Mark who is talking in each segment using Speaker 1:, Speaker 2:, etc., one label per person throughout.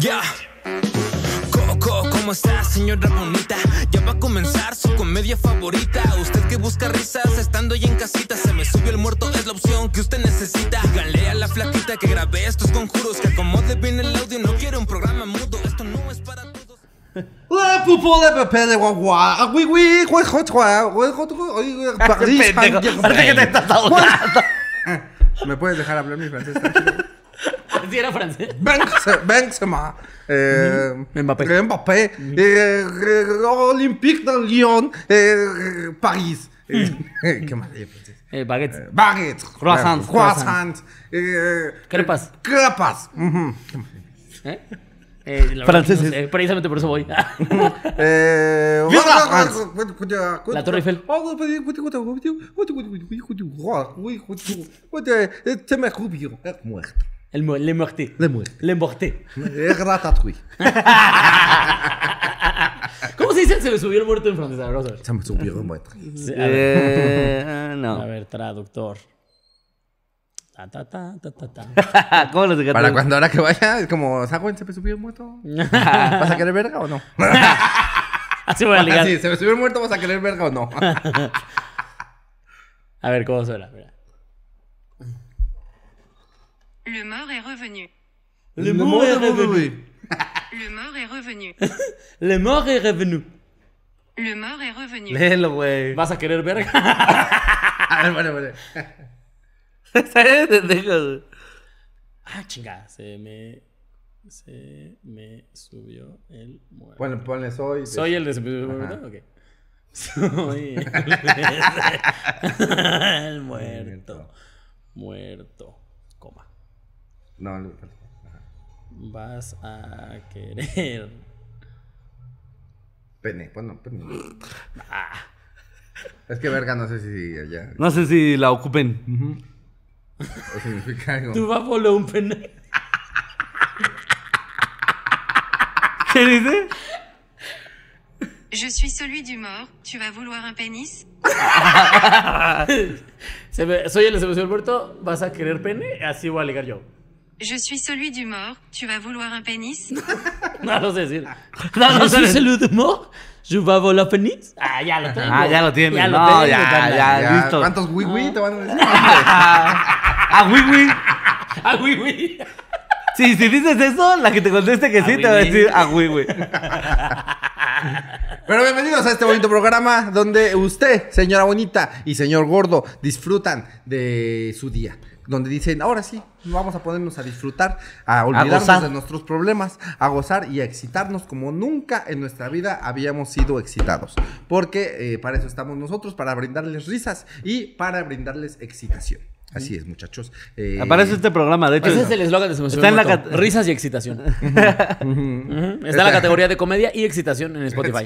Speaker 1: Ya. Coco, ¿cómo está, señora bonita? Ya va a comenzar su comedia favorita. Usted que busca risas estando ya en casita. Se me subió el muerto, es la opción que usted necesita. Díganle a la flaquita que grabé estos conjuros. Que acomode bien el audio, no quiero un programa mudo. Esto no es para todos.
Speaker 2: La pupú de papel de guagua. Ah, oui, oui, güey, hot, güey, güey, hot, güey, oye, güey, París,
Speaker 3: Pendejo,
Speaker 2: Hank,
Speaker 3: parece que te
Speaker 2: Jacob.
Speaker 3: estás ahogando.
Speaker 2: ¿Me puedes dejar hablar mi francés?
Speaker 3: Si era francés.
Speaker 2: Banks- Benzema. Eh,
Speaker 3: Mbappé.
Speaker 2: Mbappé. Eh, eh, Olympique de Lyon. Eh, París. Eh, Qué mal día francés.
Speaker 3: Eh, baguettes.
Speaker 2: Baguettes.
Speaker 3: Croissants,
Speaker 2: Eh, Croissants. Eh,
Speaker 3: Crepas.
Speaker 2: Crepas. Ujú.
Speaker 3: ¿Eh? Eh, la verdad,
Speaker 4: Franceses.
Speaker 3: no sé, precisamente por eso voy.
Speaker 2: Eh,
Speaker 4: Viva
Speaker 2: Croissants.
Speaker 3: La Torre Eiffel.
Speaker 2: Este me jubilo. Es muerto.
Speaker 3: El mu- Le Morté.
Speaker 2: Le muerto.
Speaker 3: Le Morté.
Speaker 2: Es ratatouille.
Speaker 3: ¿Cómo se dice? Se me subió el muerto en francés. A ver, vamos a ver.
Speaker 2: Se me subió muerto.
Speaker 3: Sí, a ver.
Speaker 4: Eh,
Speaker 3: A
Speaker 4: no.
Speaker 3: ver, traductor. Ta, ta, ta, ta, ta, ta.
Speaker 4: ¿Cómo los dejaste?
Speaker 2: Para cuando ahora que vaya, es como, ¿saben? Se me subió el muerto. ¿Vas a querer verga o no?
Speaker 3: Así voy a ligar.
Speaker 2: Sí, se me subió el muerto, ¿vas a querer verga o no?
Speaker 3: A ver, ¿cómo suena? Mira.
Speaker 5: Le mort est revenu.
Speaker 3: Le mort est revenu.
Speaker 5: Le mort est revenu.
Speaker 3: Le mort est revenu.
Speaker 5: Le mort est revenu.
Speaker 4: Léelo, güey.
Speaker 3: ¿Vas a querer verga?
Speaker 2: A ver, bueno, bueno.
Speaker 4: ¿Sabes? Pendejo.
Speaker 3: Ah, chinga. Se me. Se me subió el muerto.
Speaker 2: Bueno, ponle soy. de-
Speaker 3: Soy el de
Speaker 2: Ajá.
Speaker 3: Ok. Soy el, de- el muerto. Muerto. Coma.
Speaker 2: No, le-
Speaker 3: Vas a querer.
Speaker 2: pene, bueno, pene. Es que verga, no sé si allá.
Speaker 4: No sé si la ocupen.
Speaker 2: O significa algo.
Speaker 3: Tú vas por un pene.
Speaker 4: ¿Qué dice?
Speaker 5: Je suis celui du mort. Tu vas vouloir un pénis
Speaker 3: Se me- Soy el de Sebastián muerto. ¿Vas a querer pene? Así voy a ligar yo.
Speaker 5: Je suis celui du mort. Tu vas vouloir un pénis
Speaker 3: No lo sé decir.
Speaker 4: No, no
Speaker 3: ¿Es el
Speaker 4: sé.
Speaker 3: salud de mort? ¿Je vais voler un pene? Ah, ya lo tengo.
Speaker 4: Ah, ya lo tiene.
Speaker 3: Ya lo
Speaker 4: No,
Speaker 3: tengo,
Speaker 4: ya,
Speaker 3: carnal.
Speaker 4: ya.
Speaker 2: Ya,
Speaker 4: listo.
Speaker 2: ¿Cuántos wiwi te van a decir?
Speaker 4: Ah, güey, güey.
Speaker 3: Ah, oui, oui.
Speaker 4: Sí, si dices eso, la que te conteste que sí
Speaker 3: Ah,
Speaker 4: te va a
Speaker 3: güey.
Speaker 4: decir, ah, güey, güey.
Speaker 2: Pero bienvenidos a este bonito programa donde usted, señora bonita y señor gordo, disfrutan de su día. Donde dicen, ahora sí, vamos a ponernos a disfrutar, a olvidarnos
Speaker 4: gozar.
Speaker 2: de nuestros problemas, a gozar y a excitarnos como nunca en nuestra vida habíamos sido excitados. Porque eh, para eso estamos nosotros, para brindarles risas y para brindarles excitación. Así es, muchachos. Eh,
Speaker 4: Aparece este programa, de hecho.
Speaker 3: Ese Pues es el eslogan de Sebastián
Speaker 4: Está en la
Speaker 3: Muerto.
Speaker 4: cat-
Speaker 3: Risas y excitación. Ujú. Está en la categoría de comedia y excitación en Spotify.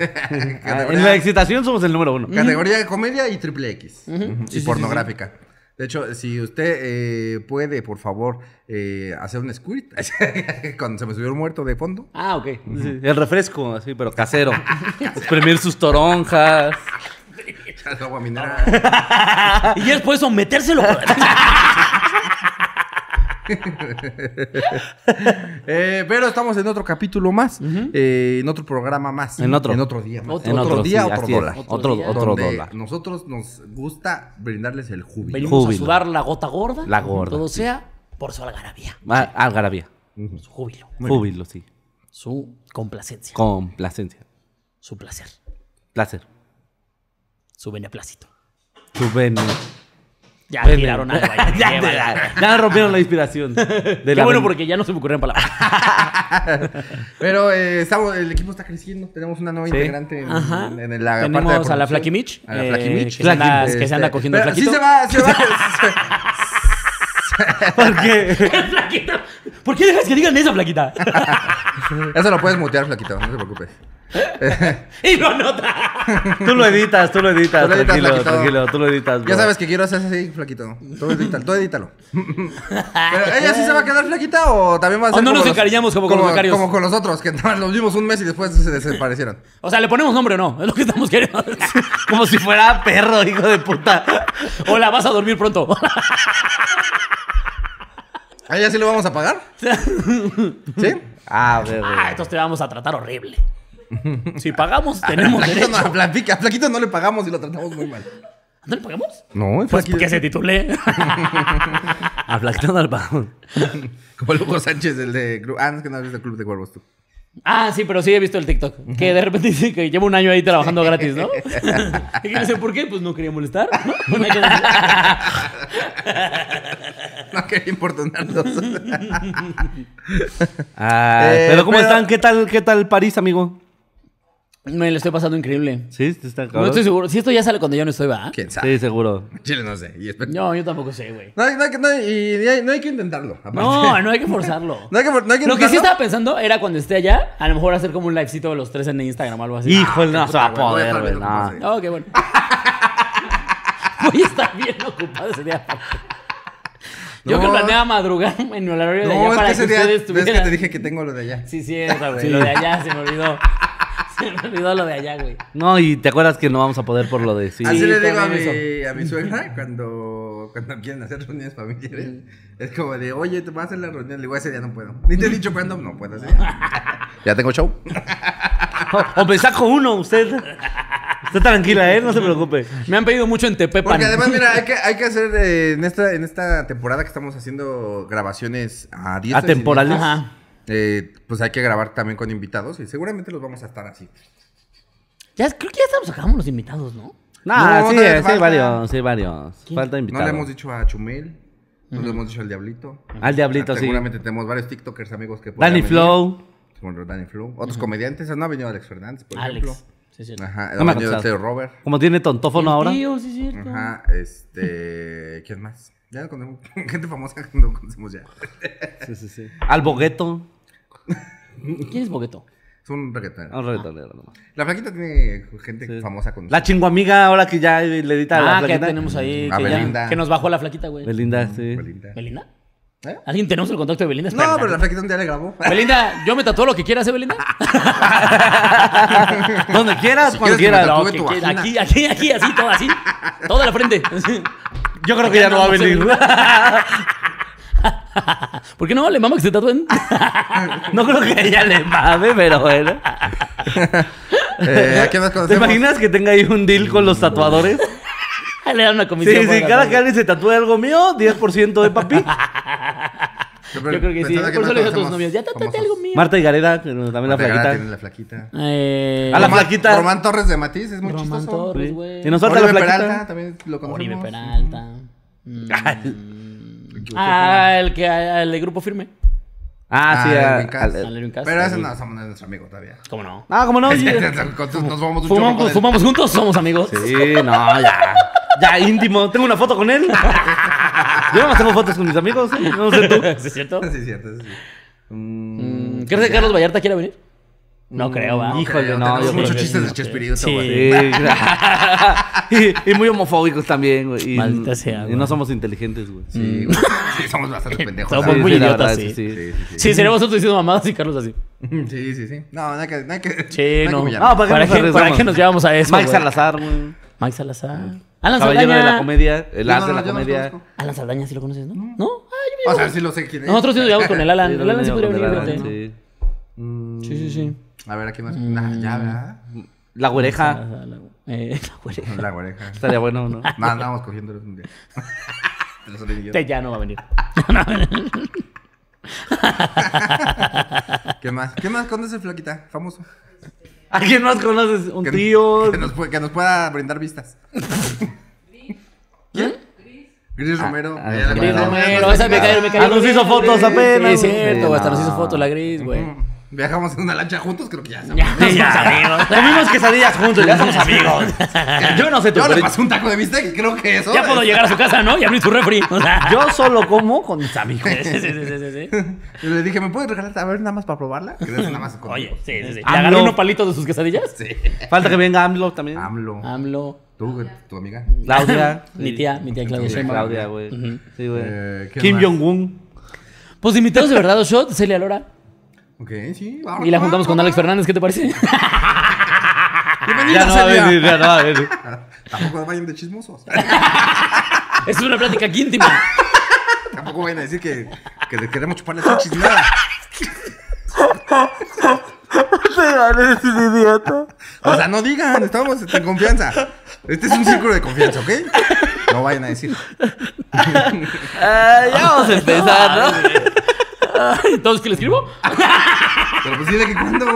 Speaker 4: Ah, En la excitación somos el número uno.
Speaker 2: Categoría de comedia y triple X. Ujú.
Speaker 3: Sí, sí,
Speaker 2: y
Speaker 3: sí,
Speaker 2: pornográfica. De hecho, si usted eh, puede, por favor, eh, hacer un squirt cuando se me subió el muerto de fondo.
Speaker 3: Ah, ok.
Speaker 4: Sí, el refresco, así, pero casero. Exprimir sus toronjas.
Speaker 2: Agua mineral.
Speaker 3: Y ya después eso, metérselo. por-
Speaker 2: Eh, pero estamos en otro capítulo más, eh, en otro programa más.
Speaker 4: En otro.
Speaker 2: En otro día más.
Speaker 3: Otro.
Speaker 2: En otro,
Speaker 3: Otro,
Speaker 2: día,
Speaker 4: sí,
Speaker 2: otro
Speaker 4: así es.
Speaker 2: dólar.
Speaker 4: Otro,
Speaker 3: Otro
Speaker 4: otro
Speaker 2: Donde
Speaker 4: dólar.
Speaker 2: Nosotros nos gusta brindarles el júbilo.
Speaker 3: Venimos a
Speaker 4: Júbilo.
Speaker 3: sudar la gota gorda.
Speaker 4: La gorda,
Speaker 3: Todo
Speaker 4: sí.
Speaker 3: sea por su algarabía.
Speaker 4: Ah, Algarabía.
Speaker 3: Su júbilo.
Speaker 4: Júbilo, sí.
Speaker 3: Su complacencia.
Speaker 4: Complacencia.
Speaker 3: Su placer.
Speaker 4: Placer.
Speaker 3: Su beneplácito.
Speaker 4: Tu venia.
Speaker 3: Ya
Speaker 4: Vene.
Speaker 3: tiraron algo ahí.
Speaker 4: ya,
Speaker 3: Qué bárbaro.
Speaker 4: ya, ya rompieron la inspiración. De
Speaker 3: Qué
Speaker 4: la
Speaker 3: bueno
Speaker 4: ven-
Speaker 3: porque ya no se me ocurrieron palabras.
Speaker 2: Pero eh, estamos, el equipo está creciendo. Tenemos una nueva
Speaker 4: Sí.
Speaker 2: integrante en,
Speaker 3: Ajá.
Speaker 2: en la
Speaker 3: Tenemos
Speaker 2: parte de
Speaker 3: a la
Speaker 2: producción.
Speaker 3: Flaquimich,
Speaker 2: A la
Speaker 3: eh,
Speaker 2: Flaquimich.
Speaker 3: que se anda- que se
Speaker 2: Este,
Speaker 3: anda cogiendo el
Speaker 2: pero Sí
Speaker 3: flaquito.
Speaker 2: se va, se va.
Speaker 3: Flaquita. ¿Por qué dejas que digan eso, Flaquita?
Speaker 2: Eso lo puedes mutear, flaquito, no te preocupes.
Speaker 3: y lo nota.
Speaker 4: Tú lo editas, tú lo editas.
Speaker 2: Tú lo editas,
Speaker 4: tranquilo,
Speaker 2: Laquito.
Speaker 4: tranquilo, tú lo editas.
Speaker 2: Ya
Speaker 4: bro.
Speaker 2: sabes que quiero hacer así, flaquito. Tú edítalo. Tú edítalo. Pero ella sí se va a quedar flaquita o también va a
Speaker 3: O
Speaker 2: ser.
Speaker 3: no nos
Speaker 2: los-
Speaker 3: encariñamos como con los becarios.
Speaker 2: Como con los otros, que nada más los vimos un mes y después se desaparecieron.
Speaker 3: O sea, le ponemos nombre o no. Es lo que estamos queriendo.
Speaker 4: Como si fuera perro, hijo de puta.
Speaker 3: Hola, vas a dormir pronto.
Speaker 2: ¿A ella sí le vamos a pagar? ¿Sí?
Speaker 4: Ah, bebé.
Speaker 3: Ah, entonces te vamos a tratar horrible. Si pagamos, tenemos
Speaker 2: Flaquito no,
Speaker 3: derecho.
Speaker 2: a, Flaquito- a Flaquito no le pagamos y lo tratamos muy mal.
Speaker 3: ¿No le pagamos?
Speaker 2: No,
Speaker 3: Pues que se titule.
Speaker 4: Aplactando al balón.
Speaker 2: Como Hugo Sánchez, el de Club. Ah, no, es que no hablas del Club de Cuervos tú.
Speaker 3: Ah, sí, pero sí he visto el TikTok. Que de repente dice que lleva un año ahí trabajando gratis, ¿no? y que no sé por qué, pues no quería molestar. ¿no? Una cosa así.
Speaker 2: No quería importunarlos.
Speaker 4: Ah,
Speaker 2: Eh,
Speaker 4: pero ¿cómo
Speaker 2: pero-
Speaker 4: están? ¿Qué tal, ¿Qué tal París, amigo?
Speaker 3: Me lo estoy pasando increíble.
Speaker 4: Sí, ¿Te está
Speaker 3: No
Speaker 4: cabrón?
Speaker 3: estoy seguro. Si esto ya sale cuando yo no estoy, ¿va?
Speaker 2: ¿Quién sabe?
Speaker 4: Sí, seguro.
Speaker 2: Chile no sé. Y espero-
Speaker 3: No, yo tampoco sé, güey.
Speaker 2: No, hay- no hay que- no hay- y ni hay- no hay que intentarlo. aparte.
Speaker 3: No, no hay que forzarlo.
Speaker 2: No hay que, no hay que
Speaker 3: Lo que
Speaker 2: intentarlo.
Speaker 3: sí estaba pensando era cuando esté allá, a lo mejor hacer como un livecito de los tres en Instagram o algo así.
Speaker 4: Híjole, no se va a
Speaker 2: güey, voy a
Speaker 4: poder,
Speaker 2: estar
Speaker 4: güey.
Speaker 2: viendo
Speaker 4: no.
Speaker 2: cómo se-
Speaker 3: Ah, ok, bueno. Voy a estar bien ocupado ese día. Yo
Speaker 2: No.
Speaker 3: que planeaba madrugar en el horario de allá
Speaker 2: No, es
Speaker 3: para
Speaker 2: que
Speaker 3: que,
Speaker 2: ese día.
Speaker 3: ustedes
Speaker 2: ¿Ves que
Speaker 3: tuvieran.
Speaker 2: te dije que tengo lo de allá?
Speaker 3: Sí, cierto, güey. Lo de allá se me olvidó. Se me olvidó lo de allá, güey.
Speaker 4: No, y te acuerdas que no vamos a poder por lo de sí.
Speaker 2: Así le digo a
Speaker 3: también
Speaker 2: mi, a mi suegra cuando, cuando quieren hacer reuniones familiares. Es como de, oye, te vas a hacer la reunión. Le digo, ese día no puedo. Ni te he dicho cuándo, no puedo. ese día. ya tengo show.
Speaker 4: O me saco uno, usted. Usted tranquila, ¿eh? No se preocupe.
Speaker 3: Me han pedido mucho en Tepepan.
Speaker 2: Porque además, mira, hay que, hay que hacer eh, en, esta, en esta temporada que estamos haciendo grabaciones a 10
Speaker 4: Atemporales.
Speaker 3: Ajá.
Speaker 2: pues hay que grabar también con invitados y seguramente los vamos a estar así.
Speaker 3: Ya, creo que ya estamos sacando los invitados, ¿no?
Speaker 4: Nah,
Speaker 2: No,
Speaker 4: sí,
Speaker 2: todavía
Speaker 4: sí,
Speaker 2: falta.
Speaker 4: varios, sí, varios.
Speaker 3: ¿Quién?
Speaker 4: Falta invitado.
Speaker 2: No le hemos dicho a Chumel, no le hemos dicho al Diablito.
Speaker 4: Al Diablito,
Speaker 2: Ah,
Speaker 4: sí.
Speaker 2: Seguramente tenemos varios TikTokers amigos que podrían
Speaker 4: Danny
Speaker 2: venir.
Speaker 4: Flow.
Speaker 2: Con Danny Flow. Otros comediantes. No ha venido Alex Fernández, por ejemplo. Ah.
Speaker 3: Alex. Sí, sí.
Speaker 2: Ajá.
Speaker 4: No
Speaker 2: ha
Speaker 4: me
Speaker 2: venido
Speaker 4: contestaste.
Speaker 2: Teo Robert.
Speaker 4: Como tiene tontófono ahora.
Speaker 3: Tío, sí, es cierto.
Speaker 2: Ajá. Este. ¿Quién más? Ya no conocemos. Gente famosa que no conocemos ya.
Speaker 4: Sí, sí, sí. Al Bogueto.
Speaker 3: ¿Quién es Bogueto?
Speaker 2: Es un reggaetonero.
Speaker 4: Un reggaetonero nomás.
Speaker 2: La flaquita tiene gente
Speaker 4: Sí.
Speaker 2: famosa con
Speaker 4: La chinguamiga, ahora que ya le edita la
Speaker 3: ah, que
Speaker 4: flaquita.
Speaker 3: tenemos ahí.
Speaker 2: A
Speaker 3: Que, ya-
Speaker 2: Mm. Belinda.
Speaker 3: que nos bajó la flaquita, güey.
Speaker 4: Belinda, sí.
Speaker 2: Belinda.
Speaker 3: ¿Belinda?
Speaker 2: ¿Eh?
Speaker 3: ¿Alguien tenemos el contacto de Belinda?
Speaker 2: No,
Speaker 3: Espérame
Speaker 2: pero la
Speaker 3: tantito.
Speaker 2: flaquita un día le grabó.
Speaker 3: Belinda, yo me tatúo lo que quieras, ¿eh, Belinda?
Speaker 4: Donde quieras,
Speaker 2: Si
Speaker 4: cuando
Speaker 2: quieres que me
Speaker 4: quieras.
Speaker 2: tatúe
Speaker 4: No,
Speaker 2: tu
Speaker 4: que-
Speaker 2: vagina.
Speaker 3: Aquí, aquí, aquí, así, todo así. Toda la frente.
Speaker 4: Yo creo que ya no va a
Speaker 3: Aquí
Speaker 4: venir.
Speaker 3: andamos, ¿Por qué no? Le mama que se tatúen.
Speaker 4: No creo que ella le mame, pero bueno.
Speaker 2: Eh, ¿A quién más
Speaker 4: ¿Te
Speaker 2: conocemos?
Speaker 4: imaginas que tenga ahí un deal con los tatuadores?
Speaker 3: Le dan una comisión.
Speaker 4: Sí,
Speaker 3: por
Speaker 4: sí,
Speaker 3: la
Speaker 4: cada
Speaker 3: tatuaje.
Speaker 4: que alguien se tatúe algo mío, 10% de papi.
Speaker 2: Pero
Speaker 3: Yo creo que sí.
Speaker 2: pensaba
Speaker 3: Por eso
Speaker 2: más
Speaker 3: le dije a tus
Speaker 2: conocemos
Speaker 3: novios, ya tatúate
Speaker 2: famosos.
Speaker 3: algo mío.
Speaker 4: Marta y Gareda, que no, también la
Speaker 2: Marta Gareda
Speaker 4: flaquita.
Speaker 2: tiene la flaquita.
Speaker 3: Eh,
Speaker 4: A la
Speaker 2: Román-
Speaker 4: flaquita.
Speaker 2: Román Torres de Matiz es muy
Speaker 3: Román
Speaker 2: chistoso.
Speaker 3: Torres. Pues, güey.
Speaker 4: Y nos falta la
Speaker 2: Oribe
Speaker 4: flaquita.
Speaker 2: Peralta también lo conocemos.
Speaker 3: Oribe Peralta. Mm. Ah, el que al del grupo firme.
Speaker 4: Ah, sí.
Speaker 2: Ah,
Speaker 4: ah,
Speaker 2: Edwin Cass.
Speaker 4: al-
Speaker 3: Al Edwin Cass.
Speaker 2: Pero ese no, somos no es nuestro amigo todavía.
Speaker 3: ¿Cómo no?
Speaker 4: Ah, como no. Sí,
Speaker 2: Entonces nos vamos un chorro con
Speaker 3: Fumamos,
Speaker 2: él.
Speaker 3: fumamos juntos, somos amigos.
Speaker 4: Sí, no, ya. Ya íntimo. Tengo una foto con él. Yo nomás tengo fotos con mis amigos. ¿eh? No sé tú.
Speaker 3: ¿Sí es cierto?
Speaker 2: Sí, cierto, sí.
Speaker 3: Mm, ¿Crees que Carlos Vallarta quiera venir? No creo, va.
Speaker 4: hijo. Híjole,
Speaker 2: Creo,
Speaker 4: no,
Speaker 2: tenemos
Speaker 4: yo
Speaker 2: muchos
Speaker 4: creo que
Speaker 2: chistes
Speaker 3: sí,
Speaker 2: de
Speaker 3: no
Speaker 2: Chespirito,
Speaker 3: creo.
Speaker 2: güey.
Speaker 4: Sí, y, y muy homofóbicos también, güey. Y,
Speaker 3: Maldita sea,
Speaker 4: Y
Speaker 3: güey.
Speaker 4: no somos inteligentes, güey. Sí,
Speaker 2: Sí, güey. Sí, somos bastante pendejos.
Speaker 3: Somos
Speaker 2: ¿sabes?
Speaker 3: muy
Speaker 4: la
Speaker 3: idiotas,
Speaker 4: verdad,
Speaker 3: sí.
Speaker 2: Sí, sí, sí.
Speaker 3: Sí, seríamos nosotros diciendo mamadas y Carlos así.
Speaker 2: Sí, sí, sí. No, no hay que. No, hay que,
Speaker 3: Sí, no. pues,
Speaker 2: humillar.
Speaker 4: No,
Speaker 3: ¿Para,
Speaker 4: ¿para qué nos
Speaker 3: qué, para
Speaker 4: arriesgamos?
Speaker 3: qué nos llevamos a eso?
Speaker 4: Mike
Speaker 3: güey?
Speaker 4: Salazar, güey.
Speaker 3: Mike Salazar. Alan
Speaker 4: Caballero
Speaker 3: Saldaña.
Speaker 4: de la comedia, el
Speaker 2: Yo pues, no, no,
Speaker 4: arte de la
Speaker 2: yo no los
Speaker 4: comedia.
Speaker 2: conozco.
Speaker 3: Alan Saldaña, ¿sí lo conoces, no? ¿No? Ah, yo
Speaker 2: O sea, sí lo sé quién es.
Speaker 3: Nosotros sí nos llevamos con el Alan.
Speaker 4: Sí,
Speaker 3: el Alan sí
Speaker 4: lo
Speaker 3: podría
Speaker 4: tenía
Speaker 3: venir.
Speaker 4: con el Alan,
Speaker 3: fíjate.
Speaker 4: sí.
Speaker 3: Sí, sí, sí.
Speaker 2: A ver, aquí más. Nah, ya,
Speaker 3: Mm.
Speaker 2: ¿verdad?
Speaker 4: La
Speaker 3: Ah,
Speaker 4: oreja.
Speaker 3: la- eh, la güereja.
Speaker 2: La oreja.
Speaker 4: Estaría bueno, ¿no?
Speaker 2: No, andábamos cogiéndolos un día. Te lo soy yo.
Speaker 3: Este ya no va a venir.
Speaker 2: ¿Qué más? ¿Qué más? ¿Cuándo es el flaquita? Famoso.
Speaker 4: ¿A quién más conoces? Un
Speaker 2: Que-
Speaker 4: tío.
Speaker 2: Que nos, pu- que nos pueda brindar vistas. ¿Quién? Gris Romero.
Speaker 4: ah,
Speaker 2: Ella la
Speaker 4: Gris
Speaker 2: conoce.
Speaker 3: Romero, esa me cayó, me cayó.
Speaker 4: Ah, nos hizo fotos apenas.
Speaker 3: Sí, es cierto,
Speaker 4: Sí,
Speaker 3: güey, hasta nos
Speaker 4: no.
Speaker 3: hizo fotos la gris, güey.
Speaker 2: Ah, Viajamos en una lancha juntos, creo que ya sabemos.
Speaker 3: Ya, somos amigos.
Speaker 4: Comimos quesadillas juntos, ya somos amigos. Yo no sé tú,
Speaker 2: Yo le
Speaker 4: pero
Speaker 2: pasé un taco de bistec y creo que eso.
Speaker 3: Ya puedo
Speaker 2: es-
Speaker 3: llegar a su casa, ¿no? Y abrir su refri. O sea,
Speaker 4: yo solo como con mis amigos.
Speaker 3: Sí, sí, sí, sí, sí, sí.
Speaker 2: Y le dije, ¿me puedes regalar? A ver, nada más para probarla. Que nada más con-
Speaker 3: Oye, sí, sí, sí. ¿Le
Speaker 4: AMLO.
Speaker 3: agarró unos palitos de sus quesadillas?
Speaker 2: Sí.
Speaker 4: Falta que venga AMLO también.
Speaker 2: AMLO.
Speaker 3: AMLO.
Speaker 2: Tú, tu amiga.
Speaker 4: Claudia.
Speaker 3: Mi
Speaker 4: Sí.
Speaker 3: tía, mi tía Claudia
Speaker 2: Sí,
Speaker 3: Sheinbaum.
Speaker 4: Claudia, güey. Sí, güey.
Speaker 2: Eh, ¿qué
Speaker 4: Kim
Speaker 2: más?
Speaker 4: Jong-un.
Speaker 3: Pues invitados de verdad, Shot, Celia Lora.
Speaker 2: Ok, sí. vámonos,
Speaker 3: Y la juntamos con Alex
Speaker 2: vámonos.
Speaker 3: Fernández, ¿qué te parece?
Speaker 2: Bienvenida,
Speaker 4: Ya no va a
Speaker 2: Celia.
Speaker 4: venir, ya no va a venir.
Speaker 2: Tampoco vayan de chismosos.
Speaker 3: es una plática aquí íntima.
Speaker 2: Tampoco vayan a decir que, que le queremos chupar esa chisnada.
Speaker 4: Eres un idiota.
Speaker 2: O sea, no digan, estamos en confianza. Este es un círculo de confianza, ¿ok? No vayan a decir.
Speaker 4: Ah, ya vamos a empezar, ¿no?
Speaker 3: Entonces, ¿qué le escribo?
Speaker 2: Pero pues dile que cuando.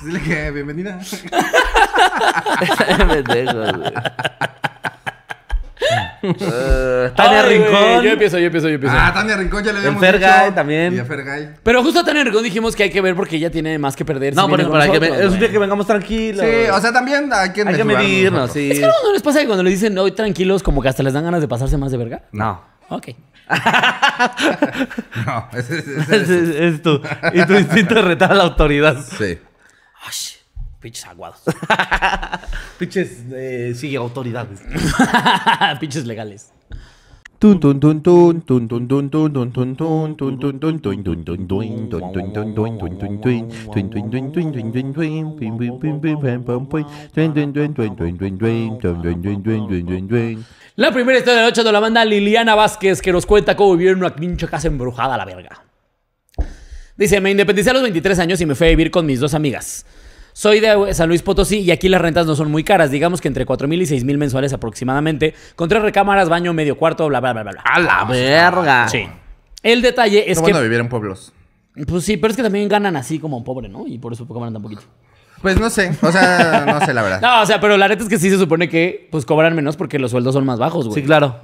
Speaker 2: Pues dile que bienvenida.
Speaker 4: Pendejos, güey. Eh, Tania
Speaker 3: Ay, güey,
Speaker 4: Rincón.
Speaker 3: Yo empiezo, yo empiezo, yo empiezo.
Speaker 2: Ah, Tania Rincón ya le habíamos
Speaker 4: Fergay
Speaker 2: dicho.
Speaker 4: también.
Speaker 2: Y a Fergay.
Speaker 3: Pero justo a Tania Rincón dijimos que hay que ver porque ella tiene más que perder.
Speaker 4: No,
Speaker 3: si
Speaker 4: pero
Speaker 3: viene con
Speaker 4: para que ve-
Speaker 3: nosotros,
Speaker 4: es un
Speaker 3: güey.
Speaker 4: día que vengamos tranquilos.
Speaker 2: Sí, o sea, también hay que
Speaker 4: hay que
Speaker 2: mesurarnos
Speaker 4: medirnos,
Speaker 2: nosotros.
Speaker 4: sí.
Speaker 3: Es que no, no les pasa que cuando le dicen hoy tranquilos, como que hasta les dan ganas de pasarse más de verga.
Speaker 4: No.
Speaker 3: Ok.
Speaker 2: No, ese, ese- ese-
Speaker 4: Es, es- es tu, y tu instinto de retar a la autoridad.
Speaker 2: Sí.
Speaker 3: Ash, pinches aguados.
Speaker 4: Pinches, eh, sigue autoridades.
Speaker 3: pinches legales.
Speaker 6: Tun tun tun tun tun tun tun tun tun tun tun tun tun tun tun tun tun tun tun tun tun tun tun tun tun tun tun tun tun tun tun tun pim pim pim pim pam pam pim tun tun tun tun tun tun tun tun tun tun tun tun tun tun
Speaker 3: La primera historia de la noche de la banda Liliana Vázquez, que nos cuenta cómo vivir en una pinche casa embrujada a la verga. Dice, me independicé a los 23 años y me fui a vivir con mis dos amigas. Soy de San Luis Potosí y aquí las rentas no son muy caras, digamos que entre 4 mil y 6 mil mensuales aproximadamente, con tres recámaras, baño, medio cuarto, bla, bla, bla, bla. bla.
Speaker 4: A la verga.
Speaker 3: Sí. El detalle
Speaker 2: Es
Speaker 3: es que...
Speaker 2: bueno vivir en pueblos.
Speaker 3: Pues sí, pero es que también ganan así como pobre, ¿no? Y por eso ganan tan poquito.
Speaker 2: Pues no sé, o sea, no sé la verdad.
Speaker 3: No, o sea, pero la neta es que sí se supone que pues cobran menos porque los sueldos son más bajos, güey.
Speaker 4: Sí, claro.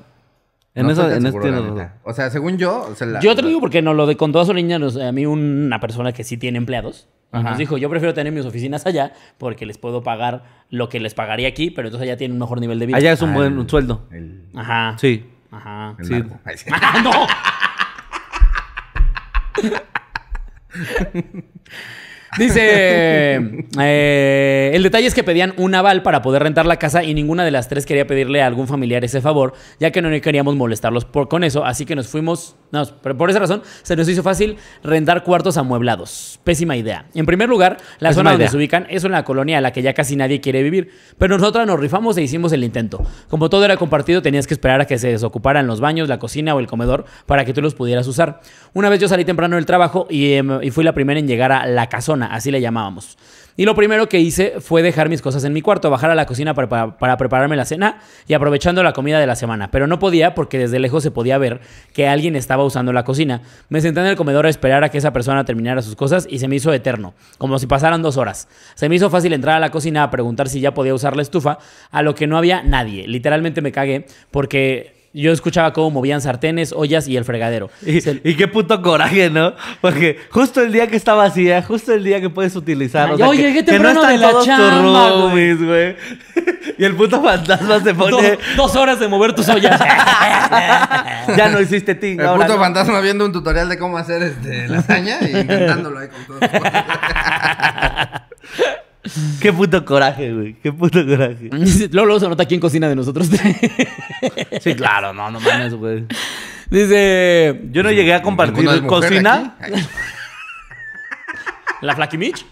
Speaker 4: En
Speaker 2: No
Speaker 4: eso,
Speaker 2: estoy tan
Speaker 4: en eso
Speaker 2: seguro, la
Speaker 4: tienes
Speaker 2: neta.
Speaker 4: razón.
Speaker 2: O sea, según yo, o sea, la-
Speaker 3: Yo te lo digo porque nos lo de, contó a Soliña nos- a mí una persona que sí tiene empleados. y
Speaker 2: Ajá.
Speaker 3: nos dijo, yo prefiero tener mis oficinas allá porque les puedo pagar lo que les pagaría aquí, pero entonces allá tienen un mejor nivel de vida.
Speaker 4: Allá es un
Speaker 2: Ah,
Speaker 4: buen
Speaker 2: el-
Speaker 4: sueldo.
Speaker 2: el-
Speaker 3: Ajá.
Speaker 4: Sí.
Speaker 3: Ajá.
Speaker 2: el
Speaker 4: Sí.
Speaker 2: narco. Ay, sí.
Speaker 3: ¡Ah, no! Dice, eh, el detalle es que pedían un aval para poder rentar la casa y ninguna de las tres quería pedirle a algún familiar ese favor, ya que no queríamos molestarlos por, con eso, así que nos fuimos, no, pero por esa razón se nos hizo fácil rentar cuartos amueblados. Pésima idea. En primer lugar, la
Speaker 4: Pésima
Speaker 3: zona donde
Speaker 4: idea.
Speaker 3: se ubican es una colonia a la que ya casi nadie quiere vivir, pero nosotras nos rifamos e hicimos el intento. Como todo era compartido, tenías que esperar a que se desocuparan los baños, la cocina o el comedor para que tú los pudieras usar. Una vez yo salí temprano del trabajo y, em, y fui la primera en llegar a la casona, así le llamábamos. Y lo primero que hice fue dejar mis cosas en mi cuarto, bajar a la cocina para, para- para prepararme la cena y aprovechando la comida de la semana. Pero no podía porque desde lejos se podía ver que alguien estaba usando la cocina. Me senté en el comedor a esperar a que esa persona terminara sus cosas y se me hizo eterno, como si pasaran dos horas. Se me hizo fácil entrar a la cocina a preguntar si ya podía usar la estufa, a lo que no había nadie. Literalmente me cagué porque... Yo escuchaba cómo movían sartenes, ollas y el fregadero.
Speaker 4: Y,
Speaker 3: Se-
Speaker 4: y qué puto coraje, ¿no? Porque justo el día que está vacía, justo el día que puedes utilizar.
Speaker 3: Ay,
Speaker 4: o sea,
Speaker 3: yo
Speaker 4: que-
Speaker 3: llegué
Speaker 4: que
Speaker 3: temprano
Speaker 4: están
Speaker 3: de la
Speaker 4: todos tus
Speaker 3: chamba,
Speaker 4: roomies, güey. y el puto fantasma se
Speaker 3: Do-
Speaker 4: pone.
Speaker 3: dos horas de mover tus ollas.
Speaker 4: ya no hiciste ting.
Speaker 2: El
Speaker 4: ahora
Speaker 2: puto
Speaker 4: no.
Speaker 2: fantasma viendo un tutorial de cómo hacer este, lasaña y intentándolo ahí con todo.
Speaker 4: Qué puto coraje, güey. Qué puto coraje.
Speaker 3: Luego, luego se nota quién cocina de nosotros.
Speaker 4: Sí, claro, no, no mames, güey.
Speaker 3: Dice.
Speaker 4: Yo no llegué a compartir
Speaker 2: ¿Ninguna es mujer
Speaker 4: cocina.
Speaker 2: aquí? Ay,
Speaker 3: ¿La Flaquimich?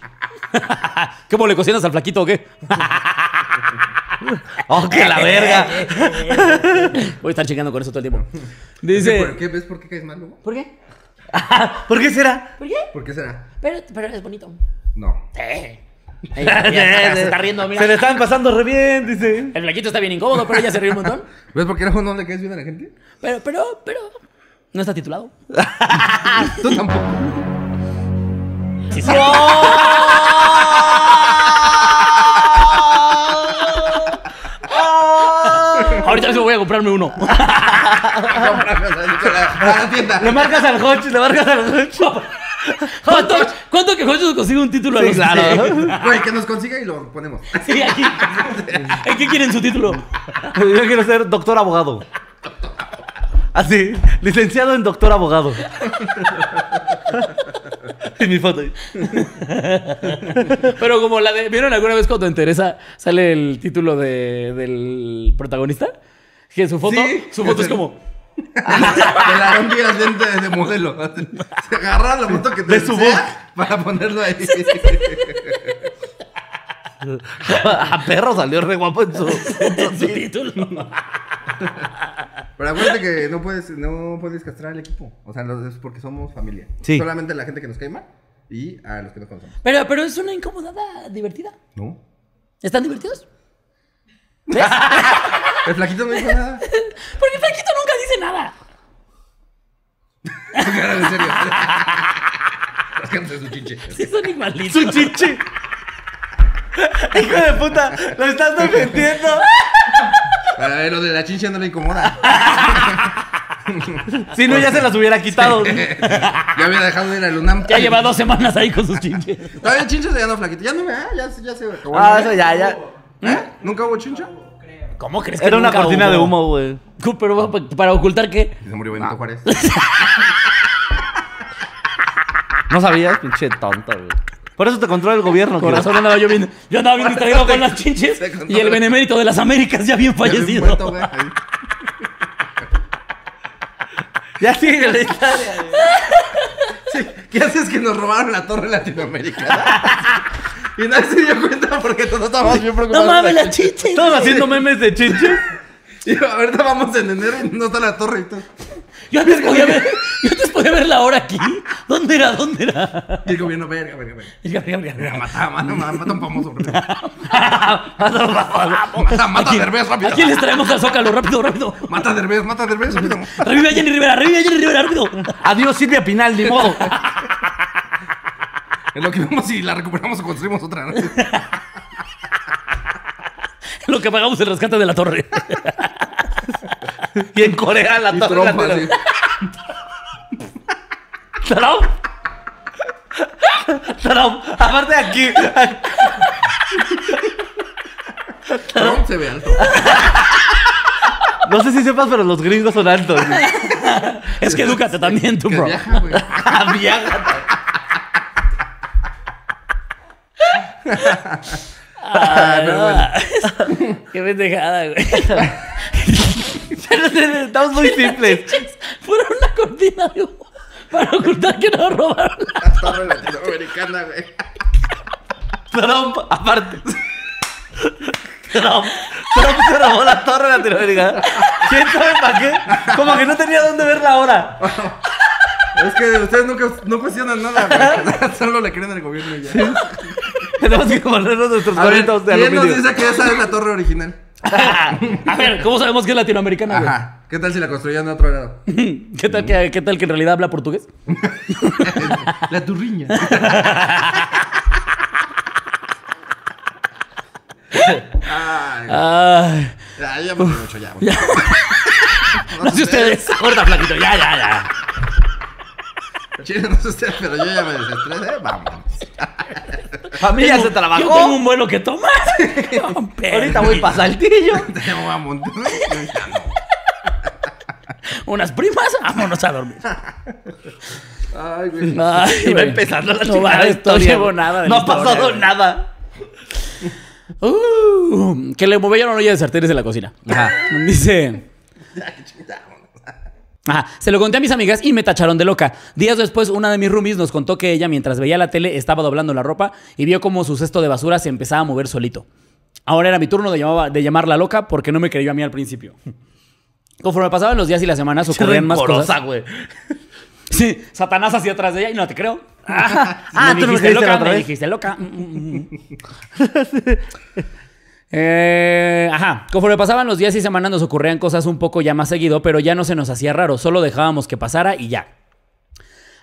Speaker 3: ¿Cómo le cocinas al flaquito o qué?
Speaker 4: ¡Oh, que la verga!
Speaker 3: Voy a estar chingando con eso todo el tiempo.
Speaker 2: ¿Por
Speaker 3: Dice.
Speaker 2: qué? ¿Ves por qué caes mal, Hugo?
Speaker 3: ¿Por qué?
Speaker 4: ¿Por qué será?
Speaker 3: ¿Por qué?
Speaker 2: ¿Por qué será?
Speaker 3: Pero, pero es bonito.
Speaker 2: No.
Speaker 3: Sí. Ahí está, Eh. ya se está riendo,
Speaker 4: Se le
Speaker 3: mira.
Speaker 4: están pasando re bien, dice.
Speaker 3: El flaquito está bien incómodo, pero ella se ríe un montón.
Speaker 2: ¿Ves por qué luego no le caes bien a la gente?
Speaker 3: Pero, pero, pero. No está titulado.
Speaker 2: Tú tampoco.
Speaker 3: Sí, sí. Ahorita mismo voy a comprarme uno.
Speaker 2: Cómprame, o sea, yo te la- a la tienda.
Speaker 4: Le marcas al Hodge, le marcas al Hodge.
Speaker 3: ¿Cuánto, cuánto que Jocho consigue un título a
Speaker 4: Sí,
Speaker 3: los
Speaker 4: claro.
Speaker 2: Güey, que nos consiga y lo ponemos.
Speaker 3: Sí, aquí. ¿En qué quieren su título?
Speaker 4: Yo quiero ser doctor abogado. Así, licenciado en doctor abogado. Y mi foto.
Speaker 3: Pero como la de. ¿Vieron alguna vez cuando en Teresa sale el título de- del protagonista? Que su foto,
Speaker 2: Sí.
Speaker 3: su foto es como.
Speaker 2: Te la envías de, de modelo. Se agarra la foto que te
Speaker 4: De su
Speaker 2: desea
Speaker 4: book.
Speaker 2: para ponerlo ahí.
Speaker 4: A perro salió re guapo en su.
Speaker 3: su título.
Speaker 2: Pero Pero acuérdate que no puedes, no puedes castrar al equipo. O sea, no- es porque somos familia.
Speaker 4: Sí.
Speaker 2: Solamente la gente que nos cae mal y a los que nos conocemos.
Speaker 3: Pero, pero es una incomodada divertida.
Speaker 2: ¿No?
Speaker 3: ¿Están divertidos?
Speaker 2: El flaquito no dijo nada.
Speaker 3: Porque Flaquito nunca dice nada.
Speaker 2: Cara, en serio. Rascándose su chinche.
Speaker 3: Sí, son igualitos.
Speaker 4: ¡Su chiche! ¡Hijo de puta! ¡Lo estás defendiendo!
Speaker 2: Para ver, lo de la chinche no le incomoda.
Speaker 4: Si no, ya se las hubiera quitado.
Speaker 2: Ya había dejado de ir al UNAM.
Speaker 3: Ya lleva dos semanas ahí con sus chinches.
Speaker 2: Todavía chinche se ganó flaquito. Ya no me, ah, ya, se- ya se acabó.
Speaker 4: Ah,
Speaker 2: ¿No?
Speaker 4: eso ya, ya.
Speaker 2: ¿Eh? ¿Nunca hubo chincha?
Speaker 3: ¿Cómo crees que
Speaker 4: Era una
Speaker 3: nunca
Speaker 4: cortina
Speaker 3: hubo?
Speaker 4: de humo, güey.
Speaker 3: Cu- Pero pa- para ocultar qué.
Speaker 2: Y se murió Benito Juárez.
Speaker 4: No sabías, pinche tonto, güey. Por eso te controla el gobierno,
Speaker 3: Con
Speaker 4: güey.
Speaker 3: razón andaba yo bien, yo andaba bien distraído con las chinches
Speaker 2: se contó.
Speaker 3: y el benemérito de las Américas ya bien
Speaker 2: Ya había
Speaker 3: fallecido.
Speaker 2: muerto, güey, ahí.
Speaker 4: Ya sigue la historia.
Speaker 2: Sí, ¿Qué haces que nos robaron la torre latinoamericana? y nadie se dio cuenta porque todos estábamos bien
Speaker 3: No
Speaker 2: preocupados.
Speaker 3: mames, las chinches.
Speaker 4: Todos haciendo memes de chinches.
Speaker 2: Y ahorita vamos en enero y no está la torre y todo.
Speaker 3: Yo antes podía ver, yo antes podía ver la hora aquí. ¿Dónde era? ¿Dónde era?
Speaker 2: Y el gobierno, verga, verga, verga. Mata, mano, mata, mata a un famoso. rápido. Mata, mata a Derbez, rápido.
Speaker 3: Aquí les traemos al Zócalo, rápido, rápido.
Speaker 2: Mata a Derbez, mata a Derbez, rápido.
Speaker 3: Revive a Jenny Rivera, revive a Jenny Rivera, rápido.
Speaker 4: Adiós, Silvia Pinal, ni modo.
Speaker 2: Es lo que vemos si la recuperamos o construimos otra. ¿no?
Speaker 3: Lo que pagamos el rescate de la torre.
Speaker 4: Y en Corea la
Speaker 2: Y
Speaker 4: torre
Speaker 2: trompa,
Speaker 4: latinoamericana.
Speaker 2: así.
Speaker 4: Tarao. Tarao. Aparte de aquí.
Speaker 2: Trump se ve alto.
Speaker 4: No sé si sepas, pero los gringos son altos. güey.
Speaker 3: Es que edúcate también tú,
Speaker 2: Que
Speaker 3: bro.
Speaker 2: viaja, güey.
Speaker 4: Viaja.
Speaker 2: Ah, pero bueno.
Speaker 3: Qué pendejada, güey.
Speaker 4: Estamos muy simples.
Speaker 3: Fueron una cortina de humo para ocultar que nos robaron. la-
Speaker 2: La torre latinoamericana, güey.
Speaker 4: Trump, aparte. Trump. Trump se robó la torre latinoamericana. ¿Quién sabe para qué? Como que no tenía dónde ver la hora.
Speaker 2: Es que ustedes nunca, no cuestionan nada, güey. Solo le creen al gobierno y ya.
Speaker 4: Tenemos que ponernos nuestros
Speaker 2: A ver,
Speaker 4: gorritos de
Speaker 2: ¿quién nos
Speaker 4: aluminio.
Speaker 2: dice que esa es la torre original?
Speaker 3: A ver, ¿cómo sabemos que es latinoamericana, güey?
Speaker 2: Ajá. ¿Qué tal si la construían de otro lado?
Speaker 3: ¿Qué tal, que, ¿Qué tal que en realidad habla portugués?
Speaker 2: La turriña. Ay,
Speaker 3: Ay,
Speaker 2: ay, ya me mucho ya. güey.
Speaker 3: no sé ustedes.
Speaker 4: Corta, flaquito. Ya, ya, ya.
Speaker 2: Chile, no sé ustedes, pero yo ya me desestresé. Vamos.
Speaker 4: Familia se
Speaker 3: Yo
Speaker 4: trabajó.
Speaker 3: tengo un vuelo que tomar.
Speaker 4: Ahorita voy para Saltillo.
Speaker 2: Te voy a montar. Ya no.
Speaker 3: Unas primas, vámonos a dormir.
Speaker 2: Ay, güey.
Speaker 3: Ay,
Speaker 4: Y va
Speaker 3: güey.
Speaker 4: empezando la
Speaker 3: No
Speaker 4: chingada
Speaker 3: va, No
Speaker 4: historia.
Speaker 3: llevo
Speaker 4: güey.
Speaker 3: nada. de
Speaker 4: No ha
Speaker 3: lista ahora,
Speaker 4: pasado
Speaker 3: güey.
Speaker 4: nada.
Speaker 3: Uh, que le movieron olla de sartenes en la cocina. Dice. Ajá, se lo conté a mis amigas y me tacharon de loca. Días después, una de mis roomies nos contó que ella, mientras veía la tele, estaba doblando la ropa y vio como su cesto de basura se empezaba a mover solito. Ahora era mi turno de, llamaba- de llamarla loca porque no me creyó a mí al principio. Conforme pasaban los días y las semanas,
Speaker 4: Qué
Speaker 3: ocurrían más
Speaker 4: rencorosa,
Speaker 3: cosas.
Speaker 4: güey.
Speaker 3: Sí, Satanás hacia atrás de ella y no te creo.
Speaker 4: ah,
Speaker 3: me
Speaker 4: tú no me
Speaker 3: dijiste
Speaker 4: creíste la
Speaker 3: loca,
Speaker 4: otra
Speaker 3: me
Speaker 4: vez.
Speaker 3: dijiste loca. Mm, mm, mm. Eh, ajá, conforme pasaban los días y semanas nos ocurrían cosas un poco ya más seguido, pero ya no se nos hacía raro, solo dejábamos que pasara y ya.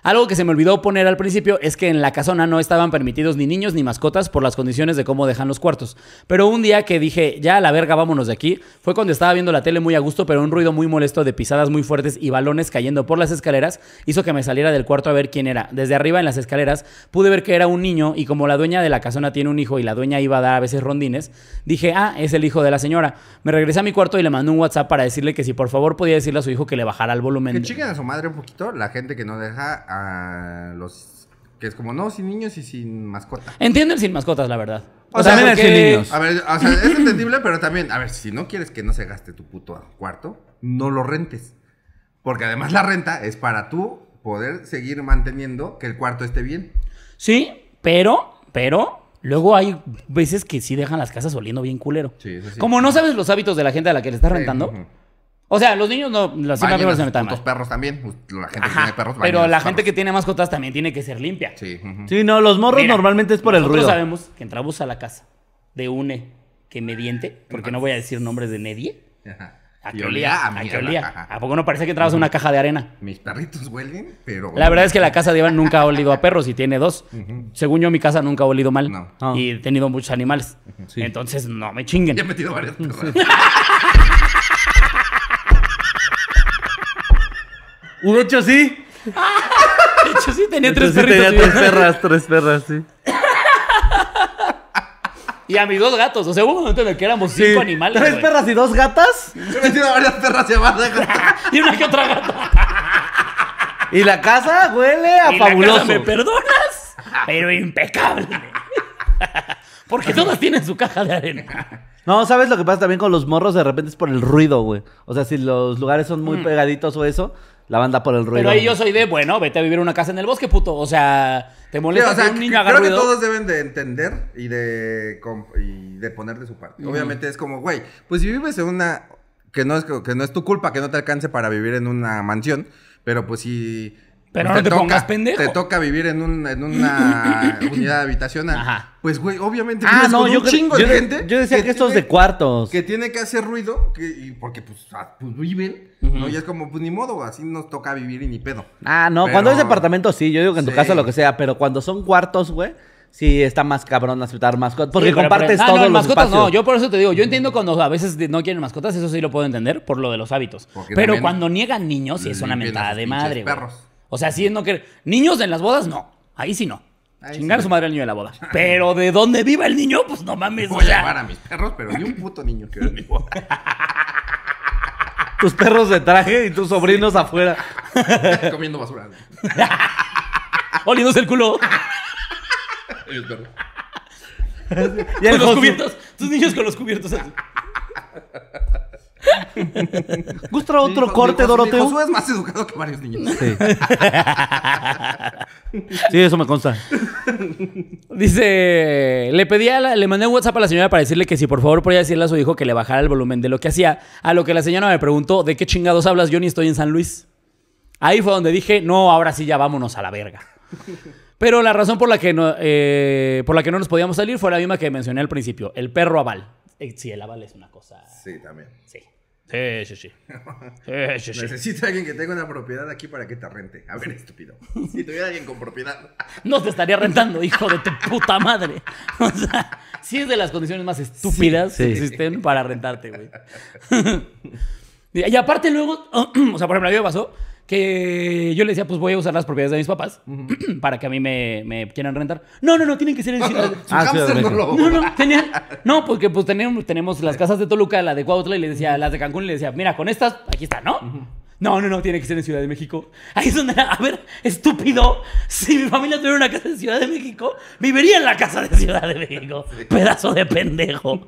Speaker 3: Algo que se me olvidó poner al principio es que en la casona no estaban permitidos ni niños ni mascotas por las condiciones de cómo dejan los cuartos. Pero un día que dije, ya a la verga, vámonos de aquí, fue cuando estaba viendo la tele muy a gusto, pero un ruido muy molesto de pisadas muy fuertes y balones cayendo por las escaleras hizo que me saliera del cuarto a ver quién era. Desde arriba en las escaleras pude ver que era un niño y como la dueña de la casona tiene un hijo y la dueña iba a dar a veces rondines, dije, ah, es el hijo de la señora. Me regresé a mi cuarto y le mandé un WhatsApp para decirle que si por favor podía decirle a su hijo que le bajara el volumen.
Speaker 2: Que chiquen a su madre un poquito la gente que no deja a los. Que es como, no, sin niños y sin mascota.
Speaker 3: Entiendo el sin mascotas, la verdad.
Speaker 4: O sea, también el
Speaker 3: porque-
Speaker 4: sin niños.
Speaker 2: A ver, o sea, es entendible, pero también, a ver, si no quieres que no se gaste tu puto cuarto, no lo rentes. Porque además la renta es para tú poder seguir manteniendo que el cuarto esté bien.
Speaker 3: Sí, pero, pero, luego hay veces que sí dejan las casas oliendo bien culero.
Speaker 2: Sí, eso sí.
Speaker 3: Como no sabes los hábitos de la gente a la que le estás rentando,
Speaker 2: ujú.
Speaker 3: O sea, los niños no, las siempre
Speaker 2: Bañen a
Speaker 3: primero se
Speaker 2: sus
Speaker 3: metan
Speaker 2: putos
Speaker 3: mal.
Speaker 2: perros también. pues, La gente que tiene
Speaker 3: Ajá,
Speaker 2: perros bañen a
Speaker 3: pero
Speaker 2: sus
Speaker 3: la gente que
Speaker 2: perros.
Speaker 3: tiene mascotas también tiene que ser limpia.
Speaker 2: Sí. ujú.
Speaker 4: Sí, no, los morros
Speaker 3: Mira,
Speaker 4: normalmente es por el
Speaker 3: Nosotros
Speaker 4: ruido.
Speaker 3: sabemos que entramos a la casa de une que mediente, porque no voy a decir nombres de nadie.
Speaker 2: Ajá.
Speaker 3: ¿A
Speaker 2: Y
Speaker 3: qué
Speaker 2: olía
Speaker 3: olía? ¿A qué
Speaker 2: mierda.
Speaker 3: olía?
Speaker 2: Ajá.
Speaker 3: ¿A poco no parece que entrabas a una caja de arena?
Speaker 2: Mis perritos huelen, pero.
Speaker 3: La verdad es que la casa de Iván nunca ha olido a perros y tiene dos. Según yo, mi casa nunca ha olido mal.
Speaker 2: No.
Speaker 4: Ah.
Speaker 3: Y he tenido muchos animales.
Speaker 4: Sí.
Speaker 3: Entonces, no me chinguen.
Speaker 2: Ya he metido varias perras.
Speaker 4: De hecho, sí.
Speaker 3: De hecho, sí tenía tres
Speaker 4: Entonces, sí,
Speaker 3: perritos.
Speaker 4: tenía
Speaker 3: güey.
Speaker 4: tres perras, tres perras, sí.
Speaker 3: Y a mis dos gatos. O sea, hubo un momento en el que éramos
Speaker 4: Sí.
Speaker 3: cinco animales.
Speaker 4: ¿Tres
Speaker 3: güey.
Speaker 4: perras y dos gatas?
Speaker 2: Yo he metido varias perras y abajo.
Speaker 3: Y una que otra gata.
Speaker 4: Y la casa huele a
Speaker 3: Y la
Speaker 4: fabuloso.
Speaker 3: casa, ¿Me perdonas? Pero impecable. Porque todas tienen su caja de arena.
Speaker 4: No, ¿sabes lo que pasa también con los morros? De repente es por el ruido, güey. O sea, si los lugares son muy pegaditos o eso, la banda por el ruido.
Speaker 3: Mm. Pero ahí yo soy de, bueno, vete a vivir a una casa en el bosque, puto. O sea, te molesta
Speaker 2: o sea,
Speaker 3: que un niño haga
Speaker 2: creo que
Speaker 3: ruido.
Speaker 2: todos deben de entender y de, com- y de poner de su parte. Obviamente es como, güey, pues si vives en una... Que no, es, que no es tu culpa que no te alcance para vivir en una mansión, pero pues si...
Speaker 3: Pero
Speaker 2: pues,
Speaker 3: no te pongas pendejo.
Speaker 2: Te toca vivir en, un, en una unidad habitacional.
Speaker 3: Ajá.
Speaker 2: Pues, güey, obviamente
Speaker 4: Ah,
Speaker 2: vives
Speaker 4: no,
Speaker 2: con
Speaker 4: yo,
Speaker 2: un
Speaker 4: cre-
Speaker 2: chingo
Speaker 4: yo,
Speaker 2: de gente.
Speaker 4: yo decía que, estos
Speaker 2: tiene-
Speaker 4: de cuartos.
Speaker 2: Que tiene que hacer ruido, que, y porque pues, ah, pues viven, ¿no? Y es como, pues ni modo, así nos toca vivir y ni pedo.
Speaker 4: Ah, no,
Speaker 2: Pero-
Speaker 4: cuando es departamento sí, yo digo que en tu
Speaker 2: Sí.
Speaker 4: casa lo que sea, pero cuando son cuartos, güey, sí está más cabrón aceptar mascotas, porque
Speaker 3: Sí, pero-
Speaker 4: compartes
Speaker 3: ah, no,
Speaker 4: todos
Speaker 3: en
Speaker 4: los
Speaker 3: mascotas
Speaker 4: espacios.
Speaker 3: no, yo por eso te digo, yo entiendo cuando a veces de- no quieren mascotas, eso sí lo puedo entender por lo de los hábitos.
Speaker 2: Porque
Speaker 3: pero
Speaker 2: también
Speaker 3: cuando niegan niños, sí es una
Speaker 2: limpian a
Speaker 3: mentada
Speaker 2: sus
Speaker 3: de
Speaker 2: pinches
Speaker 3: madre, güey.
Speaker 2: perros.
Speaker 3: O sea, sí es no querer. Niños en las bodas, no. Ahí sí no.
Speaker 2: Ahí
Speaker 3: Chingar
Speaker 2: sí.
Speaker 3: su madre al niño de la boda. Pero de donde viva el niño, pues no mames. o
Speaker 2: Voy a
Speaker 3: sea,
Speaker 2: llevar a mis perros, pero ni un puto niño que en mi boda.
Speaker 4: Tus perros de traje y tus sobrinos afuera.
Speaker 2: comiendo basura.
Speaker 3: oliéndose el culo.
Speaker 2: El perro.
Speaker 4: Y el
Speaker 3: con los
Speaker 4: Josu,
Speaker 3: cubiertos. Tus niños con los cubiertos. así.
Speaker 4: ¿Gusta otro
Speaker 2: Mi- mi-
Speaker 4: corte,
Speaker 2: mi
Speaker 4: Doroteo?
Speaker 2: Josué es más educado que varios niños.
Speaker 4: Sí. sí, eso me consta.
Speaker 3: Dice, le pedí a la- le mandé un WhatsApp a la señora para decirle que si por favor podía decirle a su hijo que le bajara el volumen de lo que hacía, a lo que la señora me preguntó, ¿de qué chingados hablas? Yo ni estoy en San Luis. Ahí fue donde dije, no, ahora sí ya vámonos a la verga. Pero la razón por la que no, eh, por la que no nos podíamos salir fue la misma que mencioné al principio, el perro aval. Eh, Sí, el aval es una cosa.
Speaker 2: Sí, también.
Speaker 3: Sí. Sí, sí, sí. Sí, sí, sí.
Speaker 2: Necesito a alguien que tenga una propiedad aquí para que te rente. A ver, estúpido. Si tuviera alguien con propiedad.
Speaker 3: No te estaría rentando, hijo de tu puta madre. O sea, sí es de las condiciones más estúpidas que
Speaker 4: Sí, sí.
Speaker 3: existen para rentarte, güey. Y aparte luego, o sea, por ejemplo, a mí me pasó que yo le decía, pues voy a usar las propiedades de mis papás para que a mí me, me quieran rentar. No, no, no, tienen que ser en Ciudad-
Speaker 2: Su
Speaker 4: Ah, sí,
Speaker 2: hámster
Speaker 4: de
Speaker 2: no
Speaker 4: México.
Speaker 2: lo.
Speaker 3: no, no, tenían. No, porque pues tenemos, tenemos las casas de Toluca, la de Cuautla, y le decía, las de Cancún, y le decía, mira, con estas, aquí está, ¿no? No, no, no, tiene que ser en Ciudad de México. Ahí es donde, a ver, estúpido, si mi familia tuviera una casa en Ciudad de México, viviría en la casa de Ciudad de México. Pedazo de pendejo.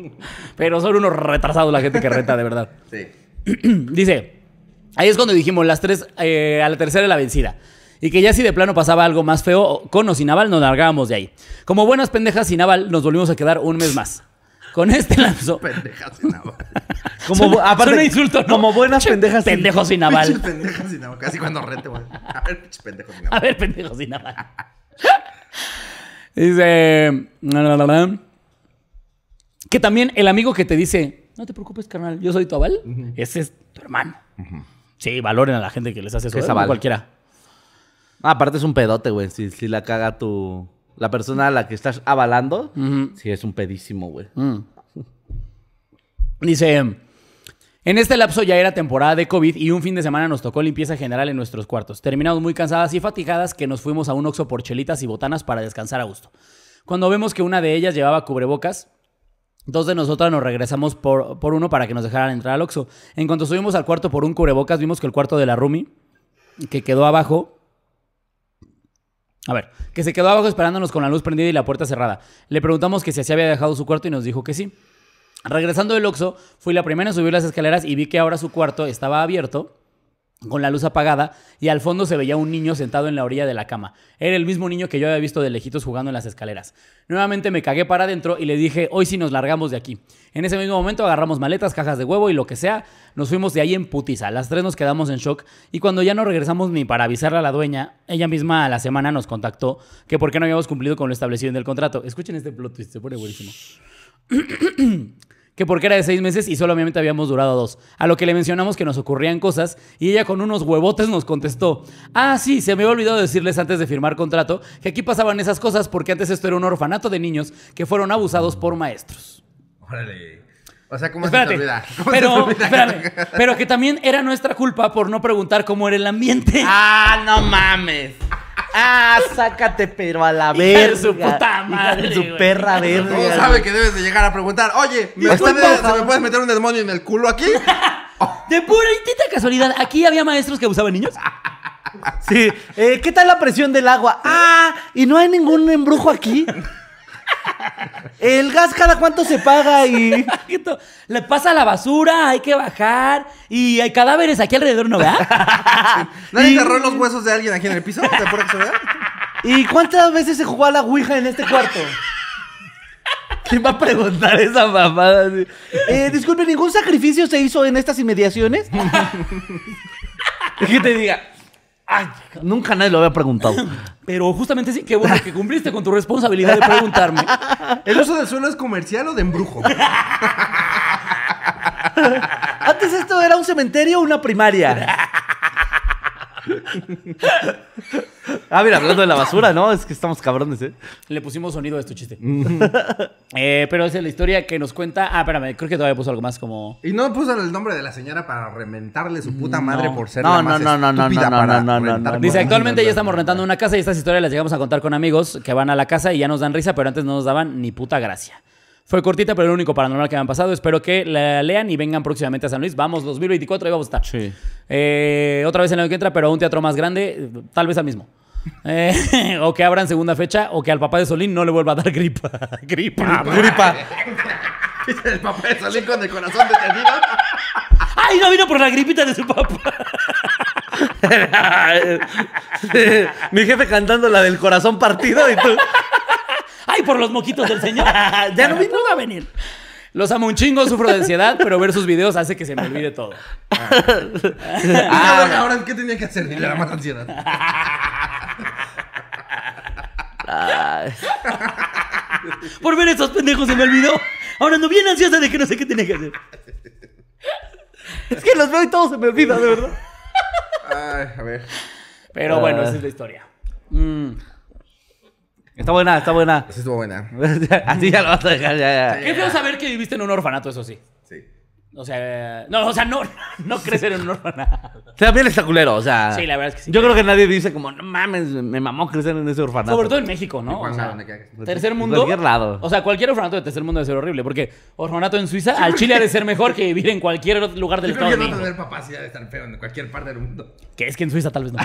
Speaker 3: Pero son unos retrasados la gente que renta, de verdad.
Speaker 2: Sí.
Speaker 3: Dice, ahí es cuando dijimos las tres, eh, a la tercera la vencida. Y que ya si de plano pasaba algo más feo, con o sin Naval nos largábamos de ahí. Como buenas pendejas sin Naval, nos volvimos a quedar un mes más. Con este lapso.
Speaker 2: Pendejas sin aval.
Speaker 4: Como, bu-
Speaker 3: Suena-
Speaker 4: aparte,
Speaker 3: suena insulto, ¿no?
Speaker 4: como buenas
Speaker 3: Che,
Speaker 4: pendejas.
Speaker 3: Pendejo
Speaker 2: Pinches
Speaker 3: sin Naval.
Speaker 2: pendejas sin aval. Casi cuando rente, güey. A ver, pinches pendejos sin
Speaker 3: A
Speaker 2: aval.
Speaker 3: ver, pendejo sin Naval. Dice. la, la, la, la. Que también el amigo que te dice, no te preocupes, carnal, yo soy tu aval, ese es tu hermano. Sí, valoren a la gente que les hace eso.
Speaker 4: Es
Speaker 3: ¿eh? No
Speaker 4: aval.
Speaker 3: Cualquiera.
Speaker 4: Ah, aparte es un pedote, güey. Si, si la caga tu... La persona a la que estás avalando, sí es un pedísimo, güey.
Speaker 3: Dice, en este lapso ya era temporada de COVID y un fin de semana nos tocó limpieza general en nuestros cuartos. Terminamos muy cansadas y fatigadas que nos fuimos a un Oxxo por chelitas y botanas para descansar a gusto. Cuando vemos que una de ellas llevaba cubrebocas, dos de nosotras nos regresamos por, por uno para que nos dejaran entrar al Oxxo. En cuanto subimos al cuarto por un cubrebocas, vimos que el cuarto de la Rumi, que quedó abajo, a ver, que se quedó abajo esperándonos con la luz prendida y la puerta cerrada. Le preguntamos que si así había dejado su cuarto y nos dijo que sí. Regresando del Oxxo, fui la primera en subir las escaleras y vi que ahora su cuarto estaba abierto con la luz apagada y al fondo se veía un niño sentado en la orilla de la cama. Era el mismo niño que yo había visto de lejitos jugando en las escaleras. Nuevamente me cagué para adentro y le dije, hoy sí nos largamos de aquí. En ese mismo momento agarramos maletas, cajas de huevo y lo que sea, nos fuimos de ahí en putiza. Las tres nos quedamos en shock y cuando ya no regresamos ni para avisarle a la dueña, ella misma a la semana nos contactó que por qué no habíamos cumplido con lo establecido en el contrato. Escuchen este plot twist, se pone buenísimo que porque era de seis meses y solamente habíamos durado dos. A lo que le mencionamos que nos ocurrían cosas y ella con unos huevotes nos contestó, ah, sí, se me había olvidado decirles antes de firmar contrato que aquí pasaban esas cosas porque antes esto era un orfanato de niños que fueron abusados por maestros.
Speaker 2: Órale. O sea, ¿cómo
Speaker 3: Espérate,
Speaker 2: se te olvida? ¿Cómo se te
Speaker 3: pero,
Speaker 2: olvida?
Speaker 3: espérame, pero que también era nuestra culpa por no preguntar cómo era el ambiente.
Speaker 4: ¡Ah, no mames! ¡Ah, sácate, pero a la
Speaker 3: Hija de
Speaker 4: verga!
Speaker 3: su puta madre,
Speaker 4: Hija de su
Speaker 3: güey.
Speaker 4: perra verga.
Speaker 2: ¿Cómo sabe que debes de llegar a preguntar? Oye, ¿me
Speaker 4: Estoy
Speaker 2: puedes- ¿se
Speaker 4: enojado.
Speaker 2: me puedes meter un demonio en el culo aquí?
Speaker 3: De pura y tita casualidad, aquí había maestros que abusaban niños.
Speaker 2: Ah.
Speaker 4: Sí. Eh, ¿Qué tal la presión del agua? ¡Ah! ¿Y no hay ningún embrujo aquí? ¿El gas cada cuánto se paga? Y...
Speaker 3: Exacto. Le pasa a la basura, hay que bajar. Y hay cadáveres aquí alrededor, ¿no vea?
Speaker 2: ¿Nadie agarró los huesos de alguien aquí en el piso? ¿Te apuras que se vea?
Speaker 4: ¿Y cuántas veces se jugó a la Ouija en este cuarto? ¿Quién va a preguntar esa mamada? así? Eh, disculpe, ¿ningún sacrificio se hizo en estas inmediaciones? que te diga, "Ay, nunca nadie lo había preguntado.
Speaker 3: Pero justamente sí, qué bueno que cumpliste con tu responsabilidad de preguntarme.
Speaker 2: ¿El uso del suelo es comercial o de embrujo?
Speaker 4: Antes esto era un cementerio o una primaria. ah, mira, hablando de la basura, ¿no? Es que estamos cabrones, ¿eh?
Speaker 3: Le pusimos sonido a este chiste. Eh, pero esa es la historia que nos cuenta. Ah, espérame, creo que todavía puso algo más como.
Speaker 2: Y no puso el nombre de la señora para reventarle su puta madre por ser
Speaker 4: No,
Speaker 2: la más
Speaker 4: no, no, no, no,
Speaker 2: estúpida
Speaker 4: no,
Speaker 2: para
Speaker 4: no, no, no, no,
Speaker 2: rentar
Speaker 4: no.
Speaker 3: Dice,
Speaker 2: cosas.
Speaker 3: actualmente ya estamos rentando una casa y estas historias las llegamos a contar con amigos que van a la casa y ya nos dan risa, pero antes no nos daban ni puta gracia. Fue cortita, pero el único paranormal que me han pasado. Espero que la lean y vengan próximamente a San Luis. Vamos, 2024, ahí vamos a estar.
Speaker 4: Sí.
Speaker 3: Eh, otra vez en el que entra, pero a un teatro más grande, tal vez al mismo. Eh, o que abran segunda fecha, o que al papá de Solín no le vuelva a dar gripa.
Speaker 4: Ah,
Speaker 3: gripa.
Speaker 4: Gripa.
Speaker 2: Dice el papá de Solín con el corazón detenido.
Speaker 4: Ah,
Speaker 3: ¡Ay, no vino por la gripita de su papá!
Speaker 4: Mi jefe cantando la del corazón partido y tú.
Speaker 3: ¡Ay, por los moquitos del señor! ya no vino a venir. Los amo un chingo, sufro de ansiedad, pero ver sus videos hace que se me olvide todo.
Speaker 2: Ah, bueno, ahora, ¿qué tenía que hacer? Dile la más ansiedad.
Speaker 3: Por ver esos pendejos se me olvidó. Ahora ando bien ansiosa de que no sé qué tenía que hacer.
Speaker 4: Es que los veo y todo se me olvida, de verdad.
Speaker 2: Ay, a ver.
Speaker 3: Pero bueno, esa es la historia.
Speaker 4: Está buena, está buena.
Speaker 2: Esa estuvo buena.
Speaker 4: Así ya lo vas a dejar, ya, ya.
Speaker 3: Qué feo saber que viviste en un orfanato, eso sí.
Speaker 2: Sí.
Speaker 3: O sea, no, o sea, no, no crecer en un orfanato.
Speaker 4: También está culero, o sea.
Speaker 3: Sí, la verdad es que sí.
Speaker 4: Yo creo que nadie dice como, no mames, me mamó crecer en ese orfanato.
Speaker 3: Sobre todo en México, ¿no?
Speaker 2: Juan
Speaker 3: O
Speaker 2: sabe
Speaker 3: sea,
Speaker 2: dónde queda que-
Speaker 3: tercer
Speaker 4: En
Speaker 3: mundo.
Speaker 4: cualquier lado.
Speaker 3: O sea, cualquier orfanato de tercer mundo debe ser horrible, porque orfanato en Suiza, al Chile ha de ser mejor que vivir en cualquier otro lugar del
Speaker 2: Yo creo
Speaker 3: Estado de
Speaker 2: que no
Speaker 3: México.
Speaker 2: tener papás ya de estar feo en cualquier parte del mundo.
Speaker 3: Que es que en Suiza tal vez no.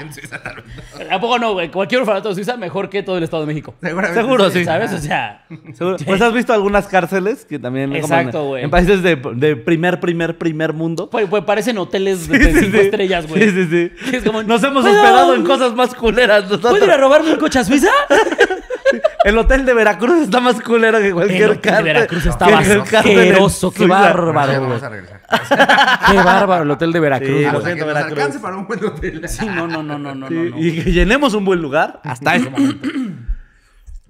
Speaker 2: En Suiza, tal vez no.
Speaker 3: ¿A poco no, güey? Cualquier orfanato de Suiza mejor que todo el Estado de México.
Speaker 2: Seguramente.
Speaker 4: Seguro, sí.
Speaker 3: ¿Sabes? O sea,
Speaker 4: Seguro. Pues has visto algunas cárceles que también. como en-
Speaker 3: Exacto, güey.
Speaker 4: En países de, de primer, primer, primer mundo.
Speaker 3: pues, pues parecen hoteles de
Speaker 4: Sí, sí,
Speaker 3: cinco
Speaker 4: sí.
Speaker 3: estrellas, güey.
Speaker 4: Sí, sí, sí.
Speaker 3: Que es como,
Speaker 4: Nos hemos
Speaker 3: "Puedo-
Speaker 4: hospedado en cosas más culeras.
Speaker 3: ¿Puedo ir a
Speaker 4: Nosotros.
Speaker 3: robarme un coche a Suiza?
Speaker 4: El hotel de Veracruz está más culero que
Speaker 3: El
Speaker 4: cualquier
Speaker 3: hotel de
Speaker 4: cárcel.
Speaker 3: Veracruz
Speaker 4: que
Speaker 3: estaba
Speaker 4: cualquier cárcel en
Speaker 3: asqueroso. Qué
Speaker 4: Suiza.
Speaker 2: Ya
Speaker 3: bárbaro, güey.
Speaker 2: vamos a regresar.
Speaker 3: Qué bárbaro el hotel de Veracruz,
Speaker 4: Sí,
Speaker 3: güey.
Speaker 4: lo
Speaker 2: Hasta que
Speaker 4: siento,
Speaker 2: nos
Speaker 4: Veracruz.
Speaker 2: alcance para un buen hotel.
Speaker 3: Sí, no, no, no, no, no,
Speaker 4: Sí,
Speaker 3: no. no.
Speaker 4: Y que llenemos un buen lugar hasta ese momento.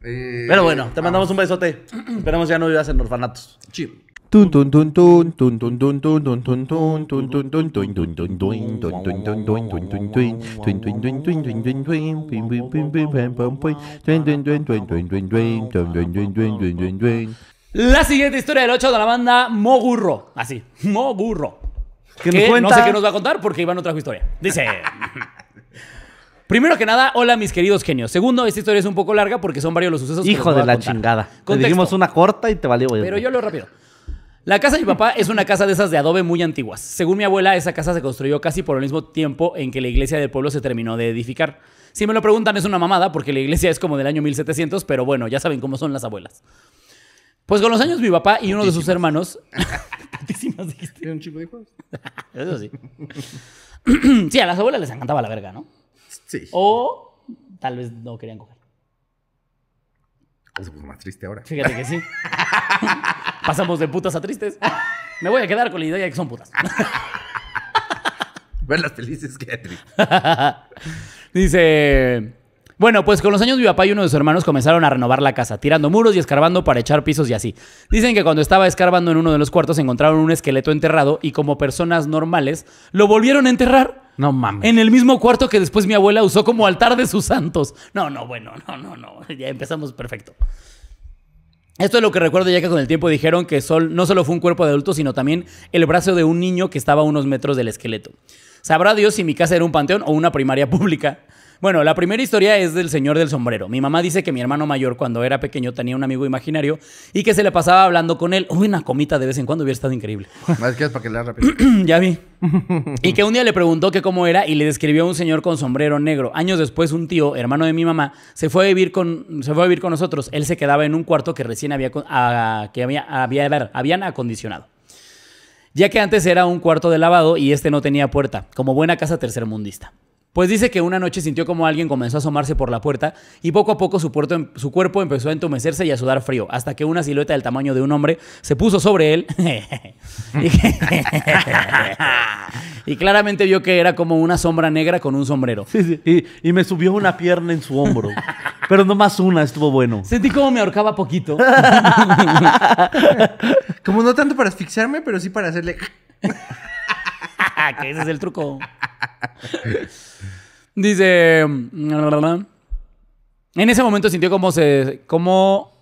Speaker 2: Eh,
Speaker 4: Pero bueno, te
Speaker 2: vamos.
Speaker 4: mandamos un besote. Esperemos ya no vivas en orfanatos.
Speaker 2: Sí.
Speaker 6: Tun tun tun tun tun tun tun tun tun tun tun tun tun tun tun tun tun tun tun tun tun tun tun tun tun. Tun tun tun tun tun tun tun. Pim, pim, pim, pim, pam, pam, pum. Tun, tun, tun, tun, tun, tun, tun. Tun, tun, tun, tun, tun, tun, tun.
Speaker 3: La siguiente historia del 8 de la banda Mogurro. Así, Mogurro.
Speaker 4: Que
Speaker 3: Que
Speaker 4: nos cuenta-
Speaker 3: no sé qué nos va a contar porque Iván no trajo historia. Dice. Primero que nada, hola mis queridos genios. Segundo, esta historia es un poco larga porque son varios los sucesos. que
Speaker 4: Hijo
Speaker 3: les voy
Speaker 4: de
Speaker 3: a
Speaker 4: la
Speaker 3: contar.
Speaker 4: chingada. Te
Speaker 3: Contexto.
Speaker 4: dijimos una corta y te valió, güey.
Speaker 3: Pero yo lo rápido. La casa de mi papá es una casa de esas de adobe muy antiguas. Según mi abuela, esa casa se construyó casi por el mismo tiempo en que la iglesia del pueblo se terminó de edificar. Si me lo preguntan, es una mamada porque la iglesia es como del año 1700, pero bueno, ya saben cómo son las abuelas. Pues con los años mi papá y uno de sus hermanos... Putísimas, dijiste.
Speaker 2: ¿Tiene un chico de hijos?
Speaker 3: Eso sí. sí, a las abuelas les encantaba la verga, ¿no?
Speaker 2: Sí.
Speaker 3: O tal vez no querían coger.
Speaker 2: Es más triste ahora.
Speaker 3: Fíjate que sí. Pasamos de putas a tristes. Me voy a quedar con la idea de que son putas.
Speaker 2: Verlas felices que triste.
Speaker 3: Dice. Bueno, pues con los años mi papá y uno de sus hermanos comenzaron a renovar la casa, tirando muros y escarbando para echar pisos y así. Dicen que cuando estaba escarbando en uno de los cuartos encontraron un esqueleto enterrado y como personas normales lo volvieron a enterrar
Speaker 4: No mames.
Speaker 3: en el mismo cuarto que después mi abuela usó como altar de sus santos. No, no, bueno, no, no, no. Ya empezamos perfecto. Esto es lo que recuerdo ya que con el tiempo dijeron que Sol no solo fue un cuerpo de adulto, sino también el brazo de un niño que estaba a unos metros del esqueleto. Sabrá Dios si mi casa era un panteón o una primaria pública. Bueno, la primera historia es del señor del sombrero. Mi mamá dice que mi hermano mayor cuando era pequeño tenía un amigo imaginario y que se le pasaba hablando con él. Uy, una comita de vez en cuando hubiera estado increíble.
Speaker 2: Más que es para que leas rápido.
Speaker 3: Ya vi. Y que un día le preguntó que cómo era y le describió a un señor con sombrero negro. Años después, un tío, hermano de mi mamá, se fue a vivir con, se fue a vivir con nosotros. Él se quedaba en un cuarto que recién había, con- a- que había, había- a ver, habían acondicionado. Ya que antes era un cuarto de lavado y este no tenía puerta, como buena casa tercermundista. Pues dice que una noche sintió como alguien comenzó a asomarse por la puerta y poco a poco su, puerto- em, su cuerpo empezó a entumecerse y a sudar frío, hasta que una silueta del tamaño de un hombre se puso sobre él y, que- y claramente vio que era como una sombra negra con un sombrero.
Speaker 4: Sí, sí. Y, y me subió una pierna en su hombro. Pero nomás una, estuvo bueno.
Speaker 3: Sentí como me ahorcaba poquito.
Speaker 2: Como no tanto para asfixiarme, pero sí para hacerle.
Speaker 3: que ese es el truco. Dice. En ese momento sintió como se. como.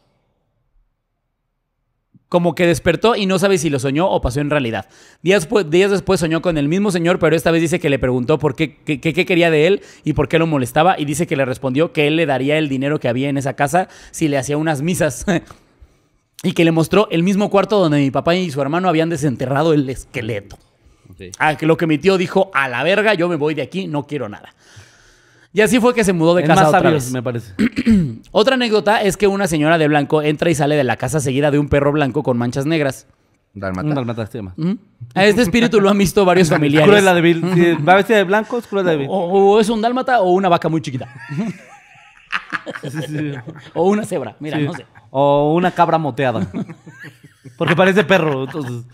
Speaker 3: Como que despertó y no sabe si lo soñó o pasó en realidad. Días, pu- días después soñó con el mismo señor, pero esta vez dice que le preguntó por qué, qué- qué- qué quería de él y por qué lo molestaba. Y dice que le respondió que él le daría el dinero que había en esa casa si le hacía unas misas. y que le mostró el mismo cuarto donde mi papá y su hermano habían desenterrado el esqueleto. A Ah, que lo que mi tío dijo, a la verga, yo me voy de aquí, no quiero nada. Y así fue que se mudó de
Speaker 4: En
Speaker 3: casa
Speaker 4: más
Speaker 3: otra
Speaker 4: sabios,
Speaker 3: vez.
Speaker 4: me parece.
Speaker 3: Otra anécdota es que una señora de blanco entra y sale de la casa seguida de un perro blanco con manchas negras.
Speaker 4: Un
Speaker 2: Dalmata.
Speaker 4: dalmata, más.
Speaker 3: ¿Mm? A este espíritu lo han visto varios familiares.
Speaker 4: Cruella de Vil. Sí, va vestida de blanco, es Cruella de Vil.
Speaker 3: O, o es un dálmata o una vaca muy chiquita.
Speaker 4: Sí, sí, sí.
Speaker 3: O una cebra, mira,
Speaker 4: Sí.
Speaker 3: no sé.
Speaker 4: O una cabra moteada. Porque parece perro. Entonces,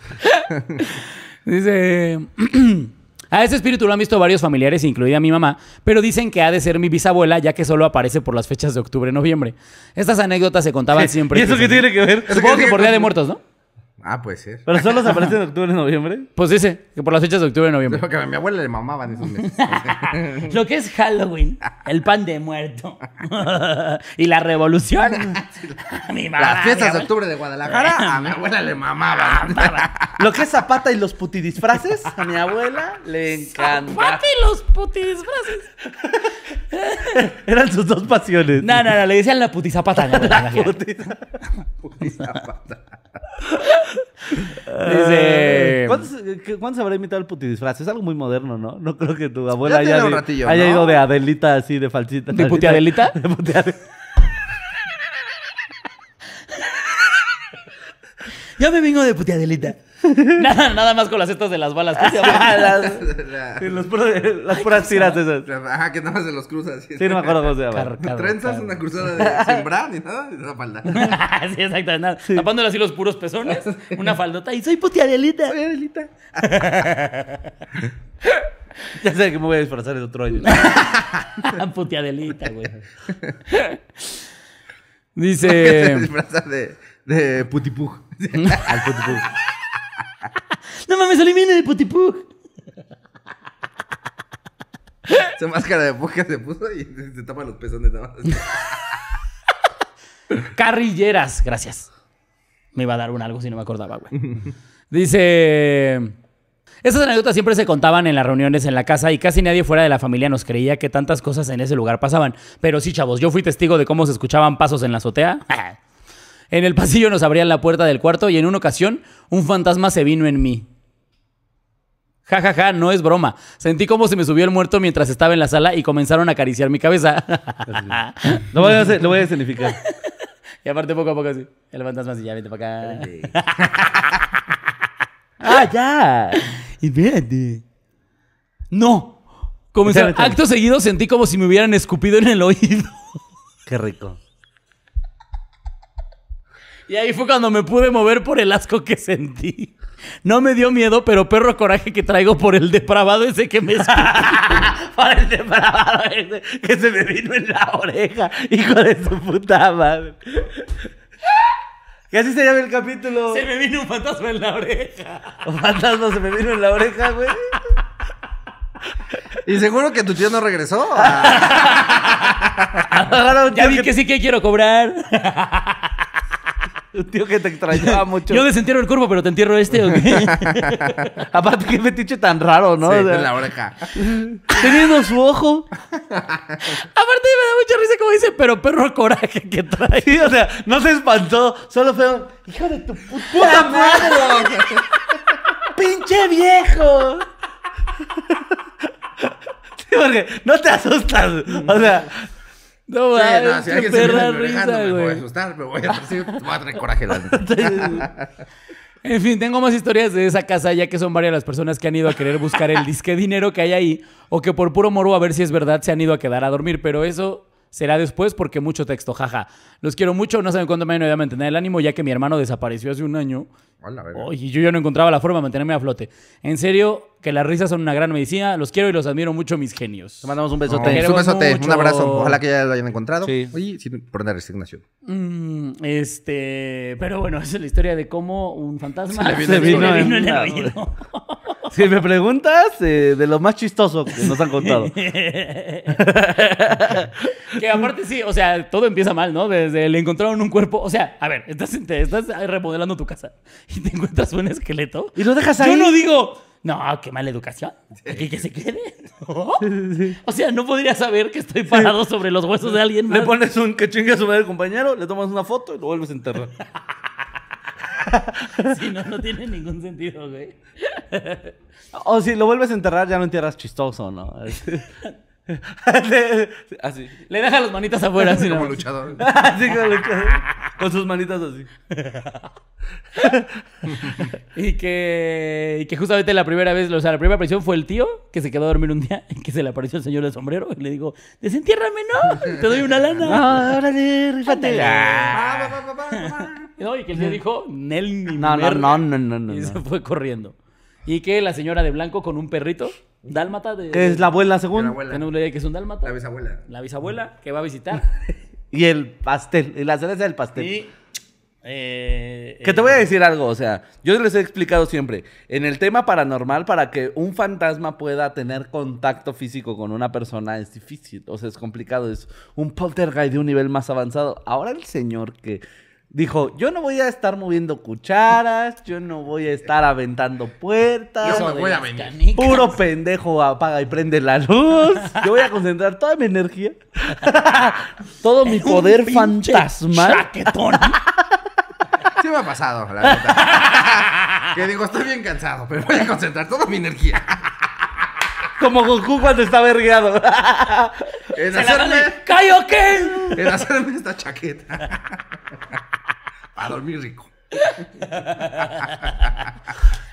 Speaker 3: Dice... A ese espíritu lo han visto varios familiares, incluida mi mamá, pero dicen que ha de ser mi bisabuela, ya que solo aparece por las fechas de octubre-noviembre. Estas anécdotas se contaban siempre.
Speaker 4: ¿Y eso
Speaker 3: que
Speaker 4: qué
Speaker 3: se-
Speaker 4: tiene que ver?
Speaker 3: Supongo que por Día de Muertos, ¿no?
Speaker 2: Ah, puede ser.
Speaker 4: Pero solo se aparece en octubre y noviembre.
Speaker 3: Pues dice que por las fechas de octubre y noviembre.
Speaker 2: Creo que a mi abuela le mamaban esos meses.
Speaker 3: Lo que es Halloween, el pan de muerto y la revolución. Mi mamá,
Speaker 2: Las
Speaker 3: mi
Speaker 2: fiestas de
Speaker 3: abuela.
Speaker 2: octubre de Guadalajara, a mi abuela le mamaban.
Speaker 4: Lo que es Zapata y los putidisfraces, a mi abuela le encanta.
Speaker 3: Papi, los putidisfraces.
Speaker 4: Eran sus dos pasiones.
Speaker 3: No, no, no, le decían la putizapata. mi abuela, imagínate.
Speaker 2: Eh,
Speaker 3: Dice-
Speaker 4: ¿Cuántos, qué- cuántos habrá imitado el putidisfraz? Es algo muy moderno, ¿no? No creo que tu abuela
Speaker 2: tiene
Speaker 4: haya,
Speaker 2: un
Speaker 4: de-
Speaker 2: ratillo,
Speaker 4: haya
Speaker 2: ¿no?
Speaker 4: ido de Adelita así, de falsita.
Speaker 3: ¿De puteadelita?
Speaker 4: De puteadelita.
Speaker 3: Yo me vengo de putiadelita. Nada, nada más con las cestas de las balas. ¿Qué se llama?
Speaker 4: las,
Speaker 2: La-
Speaker 4: sí, los puros- las puras tiras esas.
Speaker 2: Ajá, que nada más se los cruzas.
Speaker 4: Sí, no me acuerdo cómo se llama.
Speaker 3: Car- car-
Speaker 2: Trenzas,
Speaker 3: car-
Speaker 2: una cruzada de sembrar y nada, y una falda.
Speaker 3: sí, exacto. nada. Tapándole así los puros pezones, una faldota y soy putiadelita.
Speaker 4: Ya sé que me voy a disfrazar de otro año.
Speaker 3: putiadelita, güey.
Speaker 2: Que se
Speaker 3: Dice.
Speaker 2: disfraza de, de putipug.
Speaker 4: Al putipú.
Speaker 3: No mames, Solín viene de Putipug.
Speaker 2: Esa máscara de pug que se puso y se tapa los pezones nada más.
Speaker 3: Carrilleras, gracias. Me iba a dar un algo si no me acordaba, güey. Dice. Estas anécdotas siempre se contaban en las reuniones en la casa y casi nadie fuera de la familia nos creía que tantas cosas en ese lugar pasaban. Pero sí, chavos, yo fui testigo de cómo se escuchaban pasos en la azotea. En el pasillo nos abrían la puerta del cuarto y en una ocasión un fantasma se vino en mí. Ja, ja, ja, no es broma. Sentí cómo se me subió el muerto mientras estaba en la sala y comenzaron a acariciar mi cabeza.
Speaker 4: Lo voy a hacer- lo voy a escenificar.
Speaker 3: Y aparte poco a poco así. El fantasma así, ya vete para acá.
Speaker 2: Sí.
Speaker 3: ¡Ah, ya! Espérate. No. Comenzar.
Speaker 4: Espérate.
Speaker 3: Acto seguido sentí como si me hubieran escupido en el oído.
Speaker 4: Qué rico.
Speaker 3: Y ahí fue cuando me pude mover por el asco que sentí. No me dio miedo, pero perro coraje que traigo por el depravado ese que me
Speaker 4: Para el depravado ese que se me vino en la oreja, hijo de su puta madre. Y así se llama el capítulo.
Speaker 3: me vino un fantasma en la oreja.
Speaker 4: Fantasma se me vino en la oreja, güey.
Speaker 2: Y seguro que tu tío no regresó. Ah,
Speaker 4: Ahora un tío,
Speaker 3: Ya vi
Speaker 4: que,
Speaker 3: que sí que quiero cobrar.
Speaker 4: un tío que te extrañaba mucho.
Speaker 3: Yo desentierro el cuerpo, pero te entierro este. ¿o qué?
Speaker 4: Aparte, qué fetiche tan raro, ¿no?
Speaker 2: sí,
Speaker 4: O sea,
Speaker 2: en la oreja.
Speaker 4: Teniendo su ojo.
Speaker 3: Aparte me da mucha risa como dice, pero perro coraje que trae.
Speaker 4: Sí, o sea, no se espantó. Solo fue un. Hijo de tu puta, madre. ¡Pinche viejo! Sí, porque no te asustas. O sea,
Speaker 3: No
Speaker 2: Sí,
Speaker 3: mames,
Speaker 2: no, si
Speaker 3: qué
Speaker 2: alguien se viene
Speaker 3: perra
Speaker 2: a mi oreja, no
Speaker 3: risa,
Speaker 2: me voy a
Speaker 3: güey.
Speaker 2: asustar, me voy a decir, voy a traer coraje. la neta.
Speaker 3: En fin, tengo más historias de esa casa, ya que son varias las personas que han ido a querer buscar el disque dinero que hay ahí, o que por puro moro a ver si es verdad se han ido a quedar a dormir, pero eso será después porque mucho texto, jaja. Los quiero mucho, no saben cuándo me van a mantener el ánimo, ya que mi hermano desapareció hace un año.
Speaker 2: Hola, a ver.
Speaker 3: Oh, y yo ya no encontraba la forma de mantenerme a flote. En serio, que las risas son una gran medicina, los quiero y los admiro mucho, mis genios.
Speaker 4: te mandamos un
Speaker 2: No,
Speaker 4: besote.
Speaker 2: pues
Speaker 3: queremos
Speaker 2: un besote,
Speaker 3: mucho.
Speaker 2: un abrazo. Ojalá que ya lo hayan encontrado.
Speaker 4: Sí.
Speaker 2: Oye, sin por una resignación.
Speaker 3: Mm, este, pero bueno, esa es la historia de cómo un fantasma
Speaker 2: Se le vino el
Speaker 4: oído.
Speaker 3: vino en el
Speaker 4: Ah,
Speaker 3: oído.
Speaker 4: Si me preguntas, eh, de lo más chistoso que nos han contado.
Speaker 3: Que aparte sí, o sea, todo empieza mal, ¿no? Desde le encontraron un cuerpo. O sea, a ver, estás, te estás remodelando tu casa y te encuentras un esqueleto.
Speaker 4: Y lo dejas
Speaker 3: Yo
Speaker 4: ahí.
Speaker 3: no digo, no, qué mala educación. ¿Que, que se quede? ¿No? O sea, no podría saber que estoy parado sobre los huesos de alguien más.
Speaker 4: Le pones un que chingue a su madre al compañero, le tomas una foto y lo vuelves a enterrar.
Speaker 3: Sí, no, no tiene ningún sentido, güey.
Speaker 4: O si lo vuelves a enterrar, ya no entierras chistoso, ¿no? así.
Speaker 3: Le deja las manitas afuera. así,
Speaker 2: Como
Speaker 3: ¿no?
Speaker 2: luchador.
Speaker 4: Así con, el- con sus manitas así.
Speaker 3: Y que, y que justamente la primera vez, o sea, la primera aparición fue el tío que se quedó a dormir un día y que se le apareció el señor del sombrero y le dijo, desentiérrame, ¿no? Te doy una lana.
Speaker 4: No, órale, rífate.
Speaker 2: Ah,
Speaker 3: No, y que el tío dijo, Nel ni
Speaker 4: No, no,
Speaker 3: merga".
Speaker 4: no, no, no, no,
Speaker 3: Y se
Speaker 4: no.
Speaker 3: fue corriendo. Y que la señora de blanco con un perrito, dálmata de...
Speaker 4: Que es la abuela
Speaker 2: La
Speaker 4: según.
Speaker 2: abuela,
Speaker 3: Tenemos la idea que es un dálmata.
Speaker 2: la bisabuela.
Speaker 3: La bisabuela que va a visitar.
Speaker 4: Y el pastel, y la cereza del pastel.
Speaker 3: y... eh,
Speaker 4: Que te voy a decir algo, o sea, yo les he explicado siempre, en el tema paranormal, para que un fantasma pueda tener contacto físico con una persona es difícil, o sea, es complicado, es un poltergeist de un nivel más avanzado. Ahora el señor que dijo, yo no voy a estar moviendo cucharas, yo no voy a estar aventando puertas.
Speaker 2: Yo me voy a
Speaker 3: eh,
Speaker 2: venir.
Speaker 3: canicas.
Speaker 4: Puro pendejo apaga y prende la luz. Yo voy a concentrar toda mi energía, todo mi poder
Speaker 3: Pinche
Speaker 4: fantasmal.
Speaker 3: chaquetón.
Speaker 2: Sí me ha pasado, la verdad. que digo, estoy bien cansado, pero voy a concentrar toda mi energía
Speaker 4: Como Goku cuando está vergueado.
Speaker 2: en
Speaker 3: Se la van
Speaker 2: hacerme,
Speaker 3: a- ¡Kaioken!
Speaker 2: en hacerme esta chaqueta. Para dormir rico.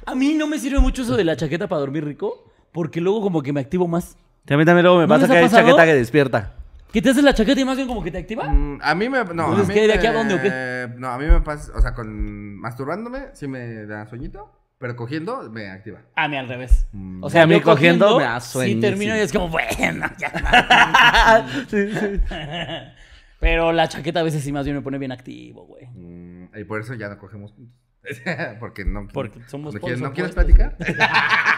Speaker 3: A mí no me sirve mucho eso de la chaqueta para dormir rico, porque luego como que me activo más.
Speaker 4: Sí, A mí también luego me
Speaker 3: ¿No
Speaker 4: pasa
Speaker 3: les ha
Speaker 4: que hay
Speaker 3: pasado?
Speaker 4: chaqueta que despierta.
Speaker 3: ¿Que te haces la chaqueta y más bien como que te activa?
Speaker 2: Mm, A mí me. No,
Speaker 3: Entonces,
Speaker 2: a mí
Speaker 3: ¿qué? ¿De aquí a
Speaker 2: me-
Speaker 3: dónde o
Speaker 2: No, a mí me pasa. O sea, con masturbándome sí me da sueñito, pero cogiendo me activa.
Speaker 3: A mí al revés. O
Speaker 4: A mí cogiendo me da
Speaker 3: Sí
Speaker 4: sueñísimo.
Speaker 3: termino y es como, bueno, ya.
Speaker 4: Ah,
Speaker 3: Pero la chaqueta a veces sí más bien me pone bien activo, güey.
Speaker 2: Mm, Y por eso ya no cogemos juntos. Porque no.
Speaker 3: Porque somos
Speaker 2: ¿No quieres,
Speaker 3: polos
Speaker 2: ¿no quieres
Speaker 3: opuestos.
Speaker 2: platicar?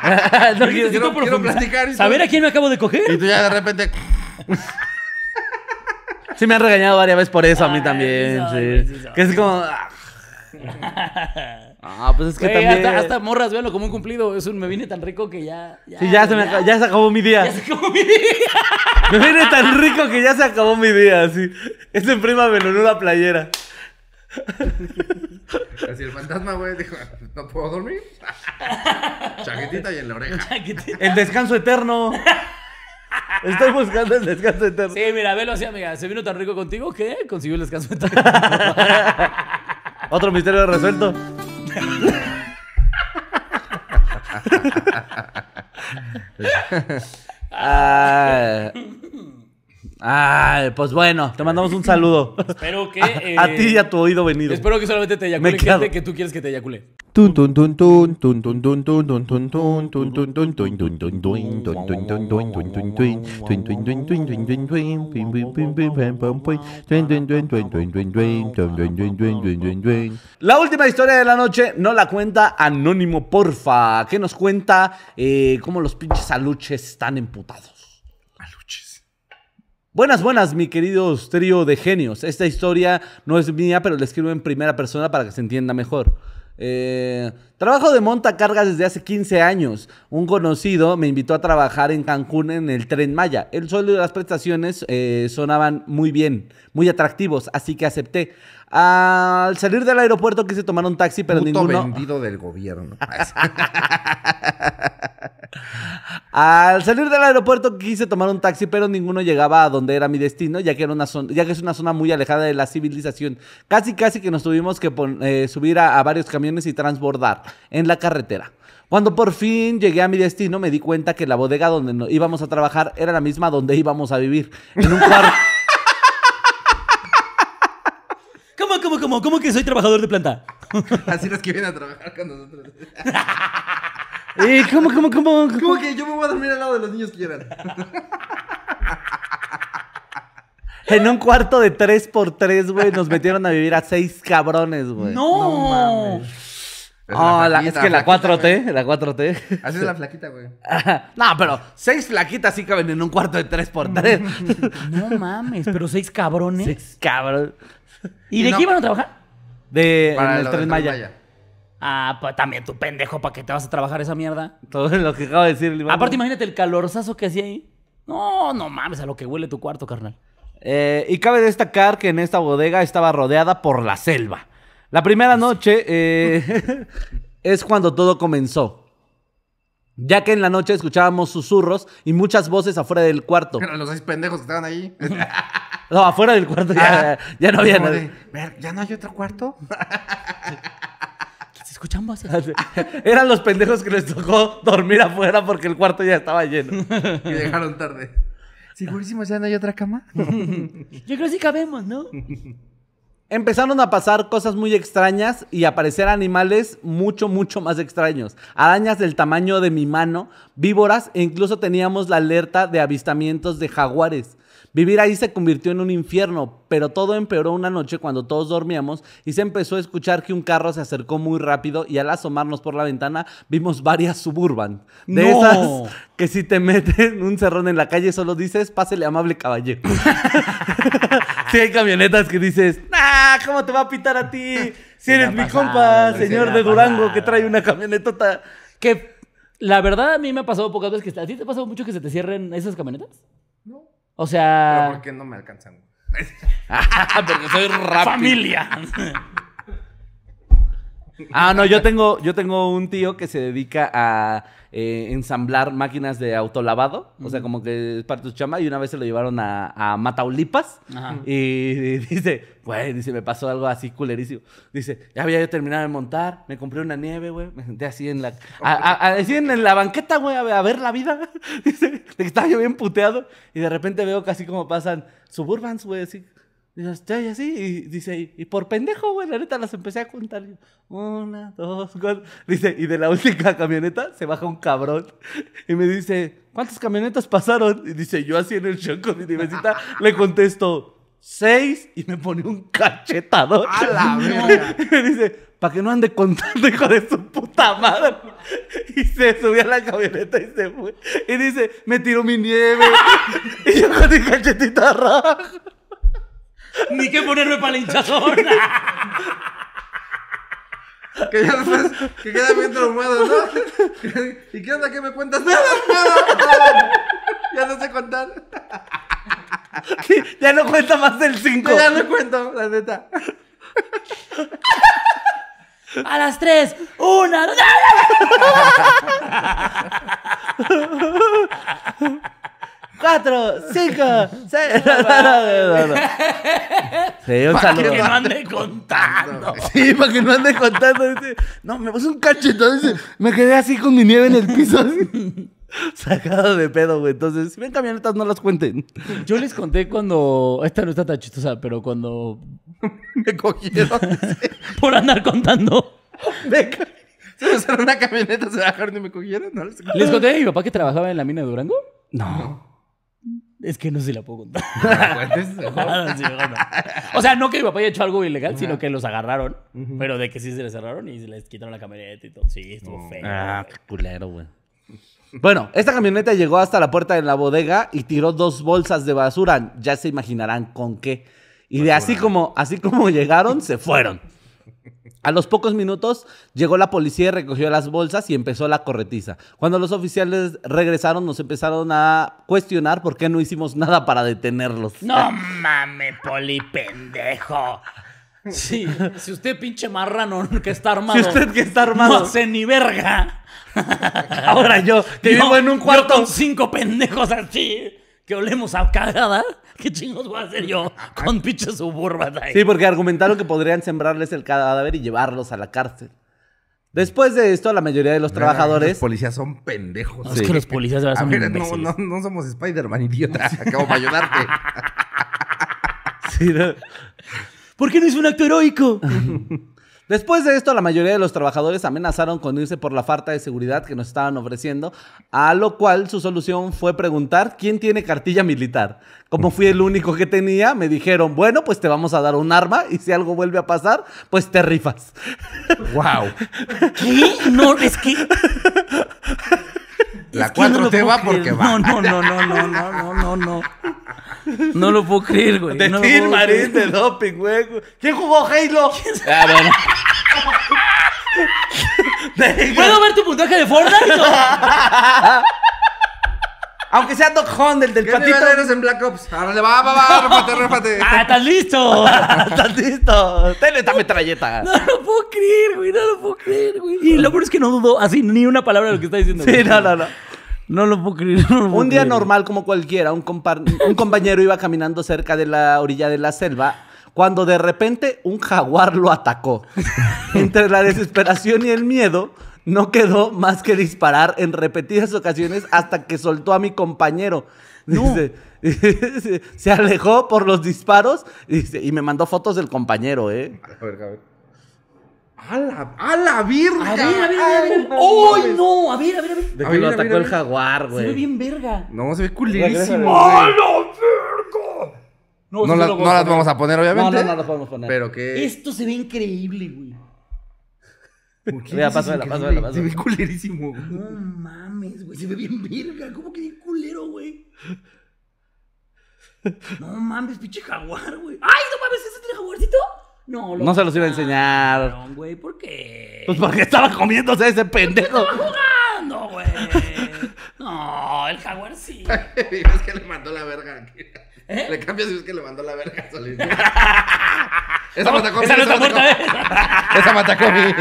Speaker 4: Ah,
Speaker 3: No,
Speaker 2: quiero- quiero
Speaker 3: profundizar.
Speaker 2: platicar y-
Speaker 3: ¿Saber a quién me acabo de
Speaker 2: y
Speaker 3: coger?
Speaker 2: tú ya de repente.
Speaker 4: Sí, me han regañado varias veces por eso a mí
Speaker 3: Ay,
Speaker 4: también.
Speaker 3: sí,
Speaker 4: sí.
Speaker 3: sí, sí.
Speaker 4: Que es como. ah. Ah, pues es que
Speaker 3: Güey,
Speaker 4: también.
Speaker 3: hasta, hasta morras, véanlo como un cumplido. Es un me viene tan rico que ya... ya
Speaker 4: Sí, ya se, me acabó, ya se acabó mi día.
Speaker 3: Ya se acabó mi día.
Speaker 4: Me viene tan rico que ya se acabó mi día, así. Ese prima me lo en una playera.
Speaker 2: Así el fantasma, güey, dijo: No puedo dormir. Chaquetita y en la oreja.
Speaker 3: Chaquetita.
Speaker 4: El descanso eterno. Estoy buscando el descanso eterno.
Speaker 3: Sí, mira, velo así, amiga. Se vino tan rico contigo que consiguió el descanso.
Speaker 4: Otro misterio resuelto. Ay. Ah, Ay, pues bueno, te mandamos un saludo.
Speaker 3: Espero que. eh,
Speaker 4: A ti y a tu oído venido.
Speaker 3: Espero que solamente te
Speaker 4: Me
Speaker 3: eyacule
Speaker 4: he quedado.
Speaker 3: gente que tú quieres que te eyacule.
Speaker 6: Tun, tun, tun, tun, tun, tun, tun, tun, tun, tun, tun, tun, tun, tun, tun, tun, tun, tun, tun, tun, tun, tun, tun, tun, tun, tun, tun, tun, tun, tun, tun, tun, pim, pim, pim, pim, pam, pam, pum, tun, tun, tun, tun, tun, tun, tun, tun, tun, tun, tun, tun, tun, tun.
Speaker 4: La última historia de la noche no la cuenta Anónimo, porfa. Que nos cuenta eh, cómo los pinches aluches están emputados. Aluches. Buenas, buenas, mi queridos trío de genios. Esta historia no es mía, pero la escribo en primera persona para que se entienda mejor. Eh, trabajo de monta cargas desde hace 15 años. Un conocido me invitó a trabajar en Cancún en el tren Maya. El sueldo y las prestaciones eh, sonaban muy bien, muy atractivos, así que acepté. Al salir del aeropuerto quise tomar un taxi, pero
Speaker 2: Puto
Speaker 4: ninguno.
Speaker 2: vendido del gobierno.
Speaker 4: Al salir del aeropuerto quise tomar un taxi, pero ninguno llegaba a donde era mi destino, ya que, era una zona, ya que es una zona muy alejada de la civilización. Casi, casi que nos tuvimos que pon- eh, subir a, a varios camiones y transbordar en la carretera. Cuando por fin llegué a mi destino, me di cuenta que la bodega donde no- íbamos a trabajar era la misma donde íbamos a vivir. En un cuarto.
Speaker 3: ¿Cómo, cómo, cómo? ¿Cómo que soy trabajador de planta?
Speaker 2: Así los que vienen a trabajar con nosotros.
Speaker 4: Eh, ¿Cómo, cómo, cómo?
Speaker 2: ¿Cómo que yo me voy a dormir al lado de los niños que lloran?
Speaker 4: En un cuarto de 3x3, güey, nos metieron a vivir a seis cabrones, güey.
Speaker 3: ¡No!
Speaker 4: Ah, la- es
Speaker 2: flaquita,
Speaker 4: que la
Speaker 2: flaquita,
Speaker 4: 4T, la 4T.
Speaker 2: güey. Así es la flaquita, güey.
Speaker 4: no, pero seis flaquitas sí caben en un cuarto de 3x3.
Speaker 3: No mames, pero seis cabrones.
Speaker 4: seis cabrón.
Speaker 3: ¿Y de
Speaker 2: No.
Speaker 3: qué iban a trabajar?
Speaker 4: De en
Speaker 2: Para
Speaker 4: el
Speaker 2: lo del
Speaker 4: tren Maya.
Speaker 3: Ah, pues también tu pendejo, ¿para qué te vas a trabajar esa mierda?
Speaker 4: Todo lo que acabo de decir, Iván.
Speaker 3: Aparte, imagínate el calorzazo que hacía ahí. No, no mames, a lo que huele tu cuarto, carnal.
Speaker 4: Eh, y cabe destacar que en esta bodega estaba rodeada por la selva. La primera noche eh, es cuando todo comenzó. Ya que en la noche escuchábamos susurros y muchas voces afuera del cuarto.
Speaker 2: Pero los seis pendejos que estaban ahí.
Speaker 4: No, afuera del cuarto ya, ya no había
Speaker 2: Como
Speaker 4: nadie.
Speaker 2: de, "Ver, ¿Ya no hay otro cuarto?
Speaker 3: ¿Se escuchan voces?
Speaker 4: Eran los pendejos que les tocó dormir afuera porque el cuarto ya estaba lleno.
Speaker 2: Y llegaron tarde. Segurísimo, ya no hay otra cama.
Speaker 3: Yo creo que sí cabemos, ¿no?
Speaker 4: Empezaron a pasar cosas muy extrañas y aparecer animales mucho, mucho más extraños. Arañas del tamaño de mi mano, víboras e incluso teníamos la alerta de avistamientos de jaguares. Vivir ahí se convirtió en un infierno, pero todo empeoró una noche cuando todos dormíamos y se empezó a escuchar que un carro se acercó muy rápido y al asomarnos por la ventana vimos varias suburban. De
Speaker 3: ¡No!
Speaker 4: esas que si te meten un cerrón en la calle solo dices, pásele amable caballero. Sí, hay camionetas que dices, ah, ¿cómo te va a pitar a ti? Si eres
Speaker 3: la
Speaker 4: mi
Speaker 3: pasada,
Speaker 4: compa,
Speaker 3: güey,
Speaker 4: señor
Speaker 3: sí la
Speaker 4: de Durango,
Speaker 3: pasada.
Speaker 4: que trae una camionetota.
Speaker 3: Que la verdad a mí me ha pasado pocas veces que... ¿A ti te ha pasado mucho que se te cierren esas camionetas?
Speaker 2: No.
Speaker 3: O
Speaker 2: Pero
Speaker 3: sea...
Speaker 2: ¿por qué no me alcanzan? güey?
Speaker 4: Porque soy
Speaker 3: ¡Familia!
Speaker 4: Ah, no, yo tengo, yo tengo un tío que se dedica a eh, ensamblar máquinas de autolavado. O sea, como que es parte de su chamba. Y una vez se lo llevaron a, a Mataulipas.
Speaker 3: Ajá.
Speaker 4: Y dice, güey, dice, me pasó algo así culerísimo. Dice, ya había yo terminado de montar, me compré una nieve, güey. Me senté así en la, a- a- a- así en, en la banqueta, güey, a, ver- a ver la vida. Dice, de que estaba yo bien puteado. Y de repente veo casi como pasan suburbans, güey, así. Y yo estoy así, y dice, y, y por pendejo, güey, la neta las empecé a contar. Yo, una, dos, cuatro. Dice, y de la última camioneta se baja un cabrón y me dice, ¿cuántas camionetas pasaron? Y dice, yo así en el shock con mi nivecita, le contesto, seis, y me pone un cachetador.
Speaker 2: ¡A la verga!
Speaker 4: Y me dice, para que no ande contando, hijo de su puta madre. Y se subió a la camioneta y se fue. Y dice, me tiró mi nieve. y yo con mi cachetita raja.
Speaker 3: Ni que ponerme para la hinchazón.
Speaker 2: Que ya después, que queda bien traumado, ¿no? ¿Y qué onda? ¿Qué me cuentas? Nada, nada. Ya no sé contar.
Speaker 4: Ya no cuenta más del 5.
Speaker 2: No, ya no cuento, la neta.
Speaker 3: A las tres. Una. dos.
Speaker 4: cuatro, cinco, seis. No, no, no, no, no. Sí, un
Speaker 3: Que
Speaker 4: saludo.
Speaker 3: no ande contando.
Speaker 4: Sí, para que no ande contando. dice, no, me puse un cachetón. dice, me quedé así con mi nieve en el piso. así, Sacado de pedo, güey. Entonces, si ven camionetas, no las cuenten.
Speaker 3: Yo les conté cuando. Esta no está tan chistosa, pero cuando.
Speaker 2: Me cogieron.
Speaker 3: Por andar contando.
Speaker 2: Me ca- Se me salió una camioneta, se bajaron y me cogieron. No les
Speaker 3: Les conté a mi papá que trabajaba en la mina de Durango.
Speaker 4: No.
Speaker 3: Es que no se la puedo contar.
Speaker 2: cuentes.
Speaker 3: Ah, sí, bueno. O sea, no que mi papá haya hecho algo ilegal, sino que los agarraron, pero de que sí se les cerraron y se les quitaron la camioneta y todo. Sí, estuvo feo.
Speaker 4: Ah, qué culero, güey. Bueno, esta camioneta llegó hasta la puerta de la bodega y tiró dos bolsas de basura. Ya se imaginarán con qué. Y de así como, así como llegaron, se fueron. A los pocos minutos llegó la policía y recogió las bolsas y empezó la corretiza. Cuando los oficiales regresaron nos empezaron a cuestionar por qué no hicimos nada para detenerlos.
Speaker 3: No mames, poli pendejo. Sí, si usted pinche marrano que está armado.
Speaker 4: Si usted que está armado.
Speaker 3: No hace ni verga.
Speaker 4: Ahora yo, que vivo en un
Speaker 3: Yo
Speaker 4: cuarto.
Speaker 3: con cinco pendejos así que olemos a cagada. ¿Qué chingos voy a hacer yo con pinche suburban ahí?
Speaker 4: Sí, porque argumentaron que podrían sembrarles el cadáver y llevarlos a la cárcel. Después de esto, la mayoría de los
Speaker 2: Los
Speaker 4: trabajadores...
Speaker 2: policías son pendejos.
Speaker 3: No, es que los policías de verdad
Speaker 2: A
Speaker 3: son
Speaker 2: ver, no,
Speaker 3: imbéciles.
Speaker 2: no, no somos Spider-Man, idiota. Acabo para ayudarte.
Speaker 4: Sí, ¿no?
Speaker 3: ¿Por qué no es un acto heroico?
Speaker 4: Después de esto, la mayoría de los trabajadores amenazaron con irse por la falta de seguridad que nos estaban ofreciendo, a lo cual su solución fue preguntar quién tiene cartilla militar. Como fui el único que tenía, me dijeron, bueno, pues te vamos a dar un arma y si algo vuelve a pasar, pues te rifas.
Speaker 2: wow.
Speaker 3: ¿Qué? No, es que.
Speaker 2: La
Speaker 3: es que no
Speaker 2: 4
Speaker 3: lo
Speaker 2: te
Speaker 3: puedo
Speaker 2: va
Speaker 3: creer.
Speaker 2: porque va. Ah,
Speaker 3: No, no, no, no, no, no, no, no, no. No lo puedo creer, güey.
Speaker 4: De
Speaker 3: no lo
Speaker 4: Tin
Speaker 3: puedo creer.
Speaker 4: Marín, de doping, güey. ¿Quién jugó Halo? A ver. De-
Speaker 3: ¿Puedo ver tu puntaje de Fortnite? o-
Speaker 4: Aunque sea Doc Hunt, el del
Speaker 2: ¿Qué
Speaker 4: patito.
Speaker 2: nivel eres en Black Ops? Ahora le va, va, va, rápate, rápate.
Speaker 3: ¡Ah, estás listo!
Speaker 4: Tantito. Ten esta metralleta.
Speaker 3: No lo puedo creer, güey. No lo puedo creer, güey. Y lo peor es que no dudo así ni una palabra de lo que está diciendo.
Speaker 4: Sí,
Speaker 3: güey.
Speaker 4: no, no, no.
Speaker 3: No lo puedo creer. no lo puedo
Speaker 4: Un día
Speaker 3: creer.
Speaker 4: normal como cualquiera, un, compar- un compañero iba caminando cerca de la orilla de la selva cuando de repente un jaguar lo atacó. Entre la desesperación y el miedo, no quedó más que disparar en repetidas ocasiones hasta que soltó a mi compañero. Dice, se- se alejó por los disparos dice, y me mandó fotos del compañero, ¿eh?
Speaker 2: A ver, a ver. A la, a la virga.
Speaker 3: A ver, a ver, a ver.
Speaker 2: Ay,
Speaker 3: ¡Ay, no! A ver, a ver, a ver.
Speaker 4: De
Speaker 2: A ver, a ver, a ver.
Speaker 4: jaguar,
Speaker 3: Se ve bien verga.
Speaker 2: No, se ve culerísimo.
Speaker 4: Regrésale.
Speaker 2: güey.
Speaker 3: sí
Speaker 2: No,
Speaker 3: se
Speaker 2: las-
Speaker 3: lo
Speaker 2: no
Speaker 3: puedo
Speaker 2: las
Speaker 3: poner.
Speaker 2: vamos a poner, obviamente.
Speaker 4: No, no, no las podemos poner.
Speaker 2: Pero que.
Speaker 3: Esto se ve increíble, güey.
Speaker 2: ¿Qué
Speaker 4: Mira,
Speaker 2: dices,
Speaker 4: pásamela,
Speaker 2: increíble?
Speaker 4: pásamela, pásamela.
Speaker 2: Se ve culerísimo. güey.
Speaker 3: No mames, güey. Se ve bien verga. ¿Cómo que bien culero, güey? No mames, pinche jaguar, güey. ¡Ay, no mames! ¿Ese tiene jaguarcito? No,
Speaker 4: No se los iba a enseñar.
Speaker 3: Cabrón, güey, ¿por qué?
Speaker 4: Pues porque estaba comiéndose ese pendejo.
Speaker 3: jugando, güey. No, el jaguar sí.
Speaker 2: Y ves que le mandó la verga.
Speaker 3: ¿Eh?
Speaker 2: Le cambias y ves que le mandó la verga. Solís. Esa matacomi.
Speaker 3: Esa no está
Speaker 2: esa
Speaker 3: muerta, ¿eh?
Speaker 2: matacomi. Esa matacomi.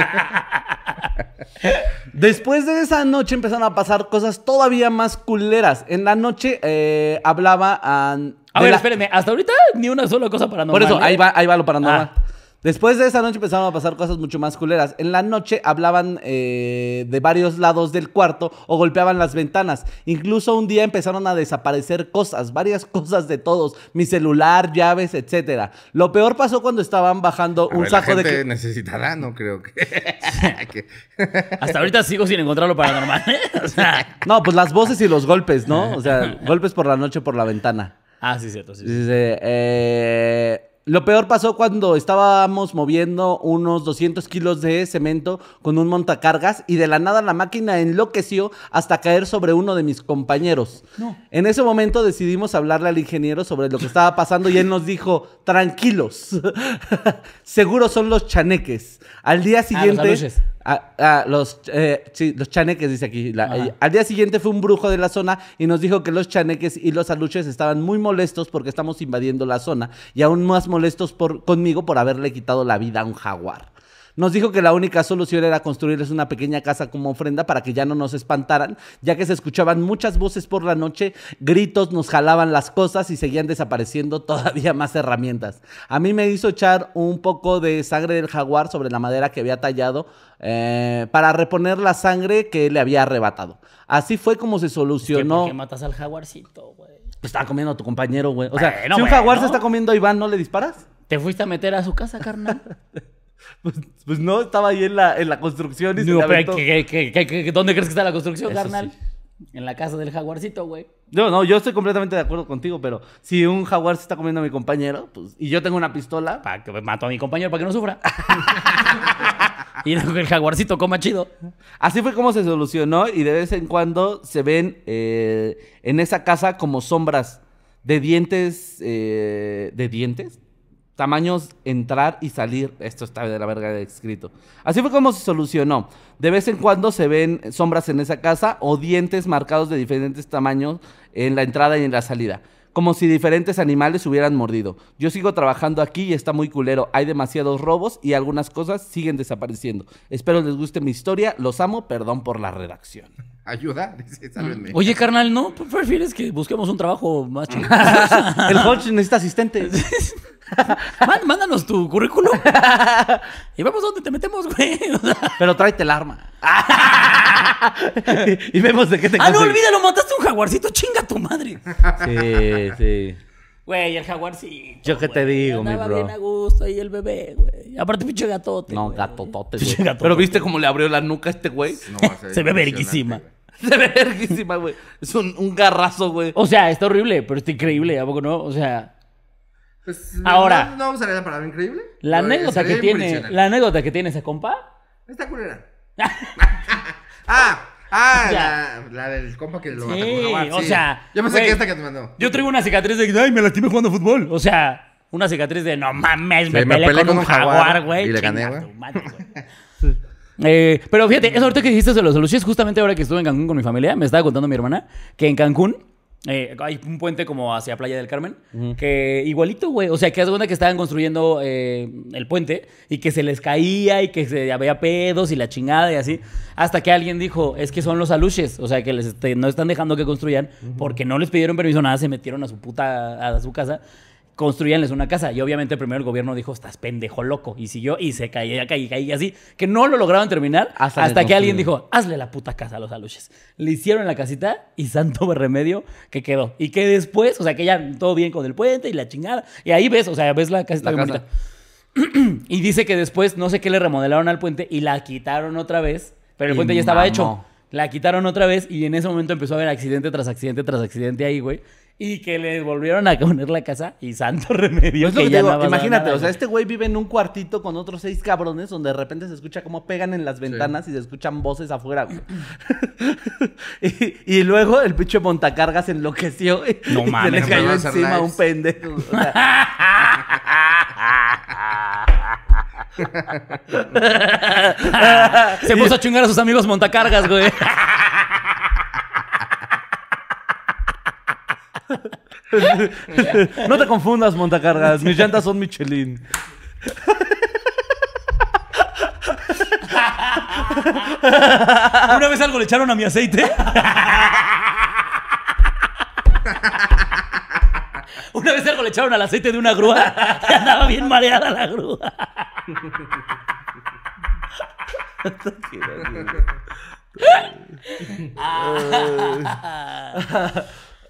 Speaker 4: Después de esa noche empezaron a pasar cosas todavía más culeras. En la noche eh, hablaba a...
Speaker 3: A
Speaker 4: de
Speaker 3: ver,
Speaker 4: la-
Speaker 3: espérenme. Hasta ahorita ni una sola cosa paranormal.
Speaker 4: Por eso,
Speaker 3: ¿eh?
Speaker 4: ahí va, ahí va lo paranormal.
Speaker 3: Ah.
Speaker 4: Después de esa noche empezaron a pasar cosas mucho más culeras. En la noche hablaban eh, de varios lados del cuarto o golpeaban las ventanas. Incluso un día empezaron a desaparecer cosas, varias cosas de todos. Mi celular, llaves, etcétera. Lo peor pasó cuando estaban bajando
Speaker 2: A
Speaker 4: un
Speaker 2: ver, la
Speaker 4: saco de...
Speaker 2: gente
Speaker 4: que-
Speaker 2: necesitará, no creo que. que-
Speaker 3: Hasta ahorita sigo sin encontrar lo paranormal, ¿eh? O sea.
Speaker 4: No, pues las voces y los golpes, ¿no? O sea, golpes por la noche por la ventana.
Speaker 3: Ah, sí, cierto, sí. sí.
Speaker 4: Dice, eh, lo peor pasó cuando estábamos moviendo unos 200 kilos de cemento con un montacargas y de la nada la máquina enloqueció hasta caer sobre uno de mis compañeros.
Speaker 3: No.
Speaker 4: En ese momento decidimos hablarle al ingeniero sobre lo que estaba pasando y él nos dijo, tranquilos, seguro son los chaneques. Al día siguiente...
Speaker 3: aluches.
Speaker 4: Ah, ah, los, eh, sí, los chaneques, dice aquí. La-
Speaker 3: Ajá.
Speaker 4: eh, al día siguiente fue un brujo de la zona y nos dijo que los chaneques y los aluches estaban muy molestos porque estamos invadiendo la zona y aún más molestos por, conmigo por haberle quitado la vida a un jaguar. Nos dijo que la única solución era construirles una pequeña casa como ofrenda para que ya no nos espantaran, ya que se escuchaban muchas voces por la noche, gritos, nos jalaban las cosas y seguían desapareciendo todavía más herramientas. A mí me hizo echar un poco de sangre del jaguar sobre la madera que había tallado eh, para reponer la sangre que le había arrebatado. Así fue como se
Speaker 3: Que
Speaker 4: solucionó.
Speaker 3: ¿Por qué matas al jaguarcito, güey?
Speaker 4: Pues Estaba comiendo a tu compañero, güey. O sea,
Speaker 3: Bueno,
Speaker 4: si un jaguar
Speaker 3: bueno.
Speaker 4: se está comiendo a Iván, ¿no le disparas?
Speaker 3: ¿Te fuiste a meter a su casa, carnal?
Speaker 4: Pues, pues no, estaba ahí en la, en la construcción y se le
Speaker 3: no, pero
Speaker 4: aventó.
Speaker 3: ¿qué- qué- qué- qué- qué- ¿dónde crees que está la construcción,
Speaker 4: Eso
Speaker 3: carnal? En la casa del jaguarcito, güey.
Speaker 4: No, no, yo estoy completamente de acuerdo contigo, pero si un jaguar se está comiendo a mi compañero, pues, y yo tengo una pistola,
Speaker 3: Para que mato a mi compañero para que no sufra. y no, que el jaguarcito coma chido.
Speaker 4: Así fue como se solucionó y de vez en cuando se ven eh, en esa casa como sombras de dientes, eh, de dientes, tamaños entrar y salir. Esto está de la verga de escrito. Así fue como se solucionó. De vez en cuando se ven sombras en esa casa o dientes marcados de diferentes tamaños en la entrada y en la salida. Como si diferentes animales hubieran mordido. Yo sigo trabajando aquí y está muy culero. Hay demasiados robos y algunas cosas siguen desapareciendo. Espero les guste mi historia. Los amo. Perdón por la redacción.
Speaker 2: Ayuda, dice, sálvenme.
Speaker 3: Oye, carnal, ¿no prefieres que busquemos un trabajo más chido?
Speaker 4: El Hodge necesita asistentes.
Speaker 3: Má- Mándanos tu currículum. y vemos dónde te metemos, güey. O sea,
Speaker 4: Pero tráete el arma. y, y vemos de qué te
Speaker 3: ah, no,
Speaker 4: conseguimos.
Speaker 3: olvídalo, mataste un jaguarcito, chinga tu madre.
Speaker 4: Sí, sí.
Speaker 3: Güey, el jaguarcito.
Speaker 4: Yo qué te
Speaker 3: güey,
Speaker 4: digo, mi
Speaker 3: andaba
Speaker 4: bro.
Speaker 3: bien a gusto ahí el bebé, güey. Aparte, pinche gatote.
Speaker 4: No,
Speaker 3: güey.
Speaker 4: gatotote,
Speaker 3: Pinche
Speaker 4: güey.
Speaker 3: gatotote.
Speaker 4: Pero viste cómo le abrió la nuca a este güey.
Speaker 2: No, va a ser
Speaker 3: Se ve
Speaker 2: impresionante,
Speaker 3: verguísima.
Speaker 2: güey.
Speaker 4: Se ve verguísima, güey. Es un, un garrazo, güey.
Speaker 3: O sea, está horrible, pero está increíble, ¿a poco no? O sea,
Speaker 2: Pues,
Speaker 3: Ahora.
Speaker 2: ¿No, no vamos a leer la palabra increíble?
Speaker 3: la
Speaker 2: No,
Speaker 3: anécdota
Speaker 2: sería
Speaker 3: que tiene,
Speaker 2: impresionante.
Speaker 3: la anécdota que tiene ese compa.
Speaker 2: Esta culera. ah, ah, la, la del compa que lo
Speaker 3: Sí,
Speaker 2: mató con jaguar,
Speaker 3: o sea,
Speaker 2: Yo pensé
Speaker 3: güey.
Speaker 2: que esta que te mandó.
Speaker 3: Yo traigo una cicatriz de, ay, me lastimé jugando fútbol. O sea, una cicatriz de, no mames, me,
Speaker 2: Sí, me
Speaker 3: peleé, con, un jaguar, güey.
Speaker 2: y le
Speaker 3: Chinga
Speaker 2: gané, güey.
Speaker 3: tu madre, güey. Eh, pero fíjate, eso ahorita que dijiste de los soluciones, justamente ahora que estuve en Cancún con mi familia, me estaba contando mi hermana que en Cancún eh, hay un puente como hacia Playa del Carmen, que igualito, güey. O sea, que haz de cuenta que estaban construyendo eh, el puente y que se les caía y que se había pedos y la chingada y así. Hasta que alguien dijo, es que son los aluches, o sea, que les este, no están dejando que construyan porque no les pidieron permiso, nada, se metieron a su puta, a su casa construyanles una casa. Y obviamente primero el gobierno dijo, estás pendejo loco. Y siguió y se caía, caía, caía así, que no lo lograron terminar hasta,
Speaker 4: Hasta que
Speaker 3: que
Speaker 4: construyeron.
Speaker 3: alguien dijo, hazle la puta casa a los aluches. Le hicieron la casita y santo remedio que quedó. Y que después, o sea, que ya todo bien con el puente y la chingada. Y ahí ves, o sea, ves la casita
Speaker 4: La
Speaker 3: bien
Speaker 4: casa.
Speaker 3: bonita. y dice que después, no sé qué le remodelaron al puente y la quitaron otra vez, pero el
Speaker 4: Y
Speaker 3: puente ya estaba
Speaker 4: mamó.
Speaker 3: hecho. La quitaron otra vez y en ese momento empezó a haber accidente tras accidente tras accidente ahí, güey. Y que le volvieron a poner la casa y santo remedio.
Speaker 4: Pues Es lo que
Speaker 3: ya
Speaker 4: te digo,
Speaker 3: no va a pasar
Speaker 4: imagínate,
Speaker 3: nada,
Speaker 4: o sea,
Speaker 3: güey.
Speaker 4: este güey vive en un cuartito con otros seis cabrones donde de repente se escucha cómo pegan en las ventanas y se escuchan voces afuera, güey. y, y luego el pinche montacargas se enloqueció y,
Speaker 3: No
Speaker 4: y se
Speaker 3: mames,
Speaker 4: le
Speaker 2: no
Speaker 4: cayó
Speaker 2: me vas a hacer
Speaker 4: encima
Speaker 2: likes.
Speaker 4: un pendejo. o sea.
Speaker 3: Se puso a chingar a sus amigos montacargas, güey.
Speaker 4: No te confundas, montacargas. Mis llantas son Michelin.
Speaker 3: Una vez algo le echaron a mi aceite. Una vez algo le echaron al aceite de una grúa. y Andaba bien mareada la grúa.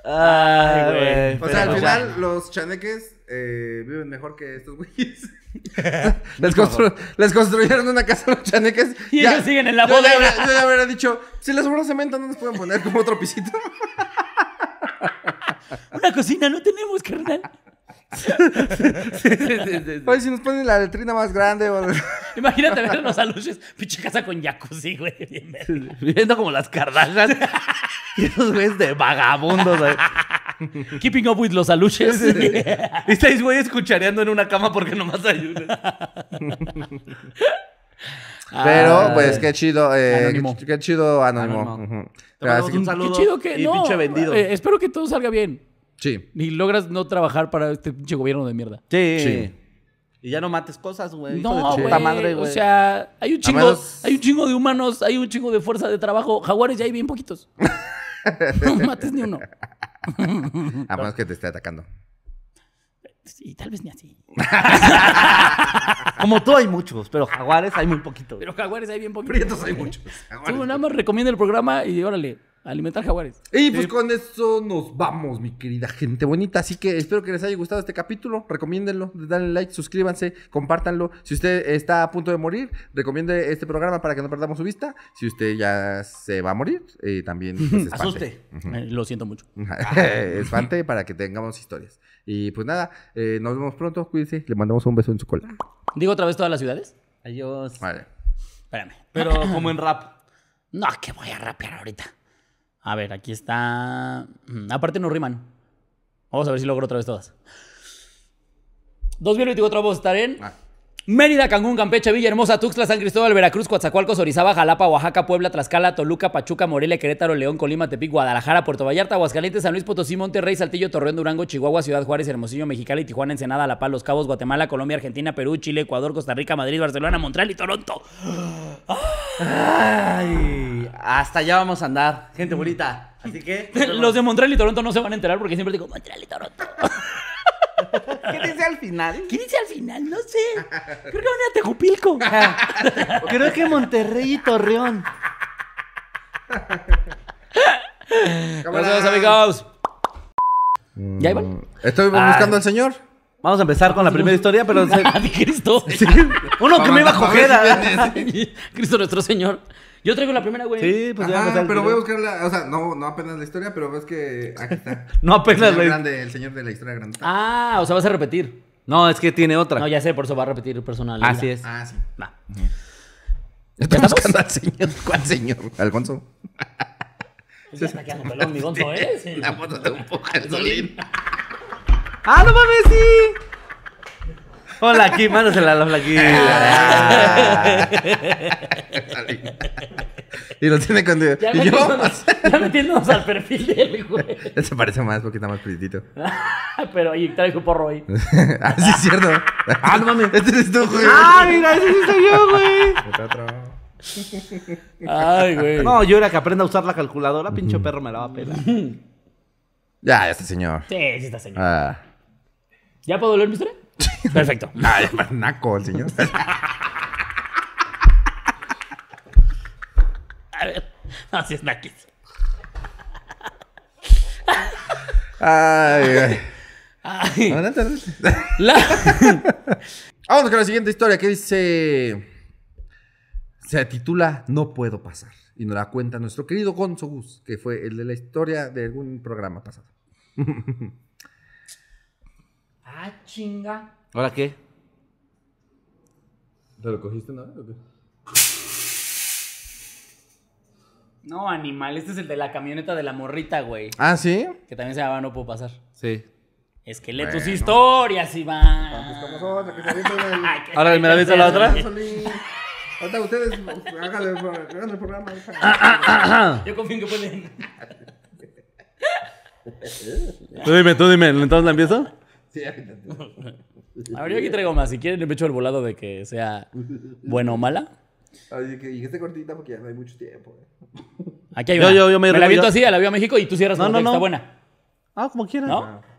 Speaker 4: Ay,
Speaker 3: güey.
Speaker 2: O sea, al
Speaker 3: Pero,
Speaker 2: final los chaneques eh, viven mejor que estos güeyes. les, constru- les construyeron una casa a los chaneques.
Speaker 3: Y ellos siguen en la
Speaker 2: yo
Speaker 3: bodega.
Speaker 2: le habría- Yo le habría dicho, si les sobró cemento, ¿no nos pueden poner como otro pisito?
Speaker 3: Una cocina no tenemos, carnal.
Speaker 2: Oye, si nos ponen la letrina más grande o...
Speaker 3: Imagínate vernos a luces. Pinche casa con jacuzzi, güey. Bien verga.
Speaker 4: Viviendo como las Kardashian. y esos güeyes de vagabundos. güey.
Speaker 3: Keeping up with los aluches.
Speaker 4: y seis güeyes cuchareando en una cama porque nomás hay una.
Speaker 2: Pero, pues, qué chido. eh,
Speaker 3: Anónimo.
Speaker 2: qué, qué chido anónimo.
Speaker 4: Anónimo.
Speaker 2: Ujú.
Speaker 4: Te mandamos
Speaker 2: Así que-
Speaker 4: un saludo.
Speaker 3: Qué chido que
Speaker 4: y
Speaker 3: no.
Speaker 4: pinche vendido.
Speaker 3: eh, espero que todo salga bien.
Speaker 2: Sí.
Speaker 3: Y logras no trabajar para este pinche gobierno de mierda.
Speaker 4: sí.
Speaker 2: sí.
Speaker 4: Y ya no mates cosas, güey. hijo de
Speaker 3: No,
Speaker 4: tu
Speaker 3: güey.
Speaker 4: puta madre,
Speaker 3: o
Speaker 4: güey.
Speaker 3: sea, hay un chingo,
Speaker 2: menos-
Speaker 3: hay un chingo de humanos, hay un chingo de fuerza de trabajo. Jaguares ya hay bien poquitos. no mates ni uno.
Speaker 2: A menos ah, pues, que te esté atacando.
Speaker 3: Y tal vez ni así.
Speaker 4: Como tú hay muchos, pero jaguares hay muy poquitos.
Speaker 3: Pero jaguares hay bien poquitos.
Speaker 2: Prietos hay muchos.
Speaker 3: Tú nada más recomienda el programa y órale, alimentar jaguares.
Speaker 2: Y pues con eso nos vamos, mi querida gente bonita. Así que espero que les haya gustado este capítulo. Recomiéndenlo, denle like, suscríbanse, compártanlo. Si usted está a punto de morir, recomiende este programa para que no perdamos su vista. Si usted ya se va a morir, eh, también pues, espante.
Speaker 4: Asuste.
Speaker 3: Eh, Lo siento mucho.
Speaker 2: Espante para que tengamos historias. Y pues nada, eh, nos vemos pronto. Cuídense, le mandamos un beso en su cola.
Speaker 3: ¿Digo otra vez todas las ciudades?
Speaker 4: Adiós.
Speaker 2: Vale.
Speaker 3: Espérame.
Speaker 4: Pero como en rap.
Speaker 3: No, que voy a rapear ahorita. A ver, aquí está. Mm, Aparte no riman. Vamos a ver si logro otra vez todas. 2024 vamos a estar en
Speaker 2: Ah.
Speaker 3: Mérida, Cancún, Campeche, Villahermosa, Tuxtla, San Cristóbal, Veracruz, Coatzacoalcos, Orizaba, Jalapa, Oaxaca, Puebla, Tlaxcala, Toluca, Pachuca, Morelia, Querétaro, León, Colima, Tepic, Guadalajara, Puerto Vallarta, Aguascalientes, San Luis Potosí, Monterrey, Saltillo, Torreón, Durango, Chihuahua, Ciudad Juárez, Hermosillo, Mexicali, Tijuana, Ensenada, La Paz, Los Cabos, Guatemala, Colombia, Argentina, Perú, Chile, Ecuador, Costa Rica, Madrid, Barcelona, Montreal y Toronto.
Speaker 4: Ay, hasta allá vamos a andar, gente bonita. Así que.
Speaker 3: Los de Montreal y Toronto no se van a enterar porque siempre digo Montreal y Toronto.
Speaker 4: ¿Qué dice al final?
Speaker 3: ¿Qué dice al final? No sé. Creo que van a Tejupilco. Ah.
Speaker 4: Creo que Monterrey y Torreón.
Speaker 3: Nos vemos, amigos. ¿Ya iban?
Speaker 2: Estoy buscando al señor.
Speaker 4: Vamos a empezar con la primera historia, pero. se-
Speaker 3: Ah, de Cristo.
Speaker 4: Uno que me iba a
Speaker 2: Para ver
Speaker 4: coger.
Speaker 2: si
Speaker 4: ah.
Speaker 2: viene.
Speaker 3: Cristo nuestro Señor. Yo traigo la primera, güey.
Speaker 4: Sí, pues ya
Speaker 2: Ajá,
Speaker 4: vamos al
Speaker 2: pero voy a
Speaker 4: primero.
Speaker 2: buscar la, o sea, no, no apenas la historia, pero es que aquí está.
Speaker 4: No
Speaker 2: El
Speaker 4: apenas
Speaker 2: señor
Speaker 4: güey.
Speaker 2: grande, el señor de la historia grande. Ah,
Speaker 3: Ah, o sea, vas a repetir.
Speaker 4: No, es que tiene otra.
Speaker 3: No, ya sé, por eso va a repetir personal.
Speaker 4: Así es.
Speaker 2: Ah, sí.
Speaker 3: Va.
Speaker 2: Estoy buscando al señor. ¿Cuál señor? Alfonso.
Speaker 3: Ya está quedando pelón mi gonzo, ¿eh? Sí.
Speaker 2: La moto de un poco de solín.
Speaker 4: ¡Ah, no mames, sí! Hola, aquí, mándasela a la flaquita.
Speaker 2: Solín. y lo tiene con Dios.
Speaker 3: Ya
Speaker 2: ¿Y yo?
Speaker 3: metiéndonos, ya metiéndonos al perfil de él, güey.
Speaker 2: Él se parece más porque está más prietito.
Speaker 3: Pero ahí trae un porro ahí.
Speaker 2: ah, sí, es cierto. ah, no mames. Este eres tú, güey.
Speaker 4: ¡Ah, mira, ese sí soy yo, güey!
Speaker 2: Está otro.
Speaker 3: Ay, güey.
Speaker 4: No, yo era que aprenda a usar la calculadora, pinche perro me la va a pelar.
Speaker 2: Ya, ya está, señor.
Speaker 3: Sí, sí está señor.
Speaker 2: Ah.
Speaker 3: ¿Ya puedo leer mi historia? Perfecto.
Speaker 2: Ah, ya, naco el señor.
Speaker 3: A ver. No, sí es naquis.
Speaker 2: Ay, ay.
Speaker 3: Ay.
Speaker 2: Adelante, adelante.
Speaker 3: La...
Speaker 2: Vamos con la siguiente historia que dice. Se titula No puedo pasar. Y nos la cuenta nuestro querido Gonzo Gus, que fue el de la historia de algún programa pasado.
Speaker 3: Ah, chinga.
Speaker 4: ¿Ahora qué?
Speaker 2: ¿Te lo cogiste una vez o qué?
Speaker 3: No, animal, este es el de la camioneta de la morrita, güey.
Speaker 2: Ah, sí.
Speaker 3: Que también se llama No Puedo Pasar.
Speaker 4: Sí.
Speaker 3: Esqueletos, historias, Iván.
Speaker 4: Ahora me la aviento la otra.
Speaker 2: Ahorita ustedes háganle, el programa.
Speaker 3: Yo confío en que pueden.
Speaker 4: Tú dime, tú dime, entonces la empiezo.
Speaker 3: A ver, yo aquí traigo más. Si quieren, me echo el volado de que sea buena o mala.
Speaker 2: Oye, que dijiste cortita porque ya no hay mucho tiempo. ¿eh?
Speaker 3: Aquí hay
Speaker 4: Yo-
Speaker 3: una.
Speaker 4: yo- yo me
Speaker 3: me,
Speaker 4: remo-
Speaker 3: la aviento
Speaker 4: yo-
Speaker 3: así, la veo a México y tú cierras
Speaker 4: No,
Speaker 3: con
Speaker 4: no,
Speaker 3: que
Speaker 4: no.
Speaker 3: está buena.
Speaker 4: Ah, como quieras.
Speaker 3: ¿No?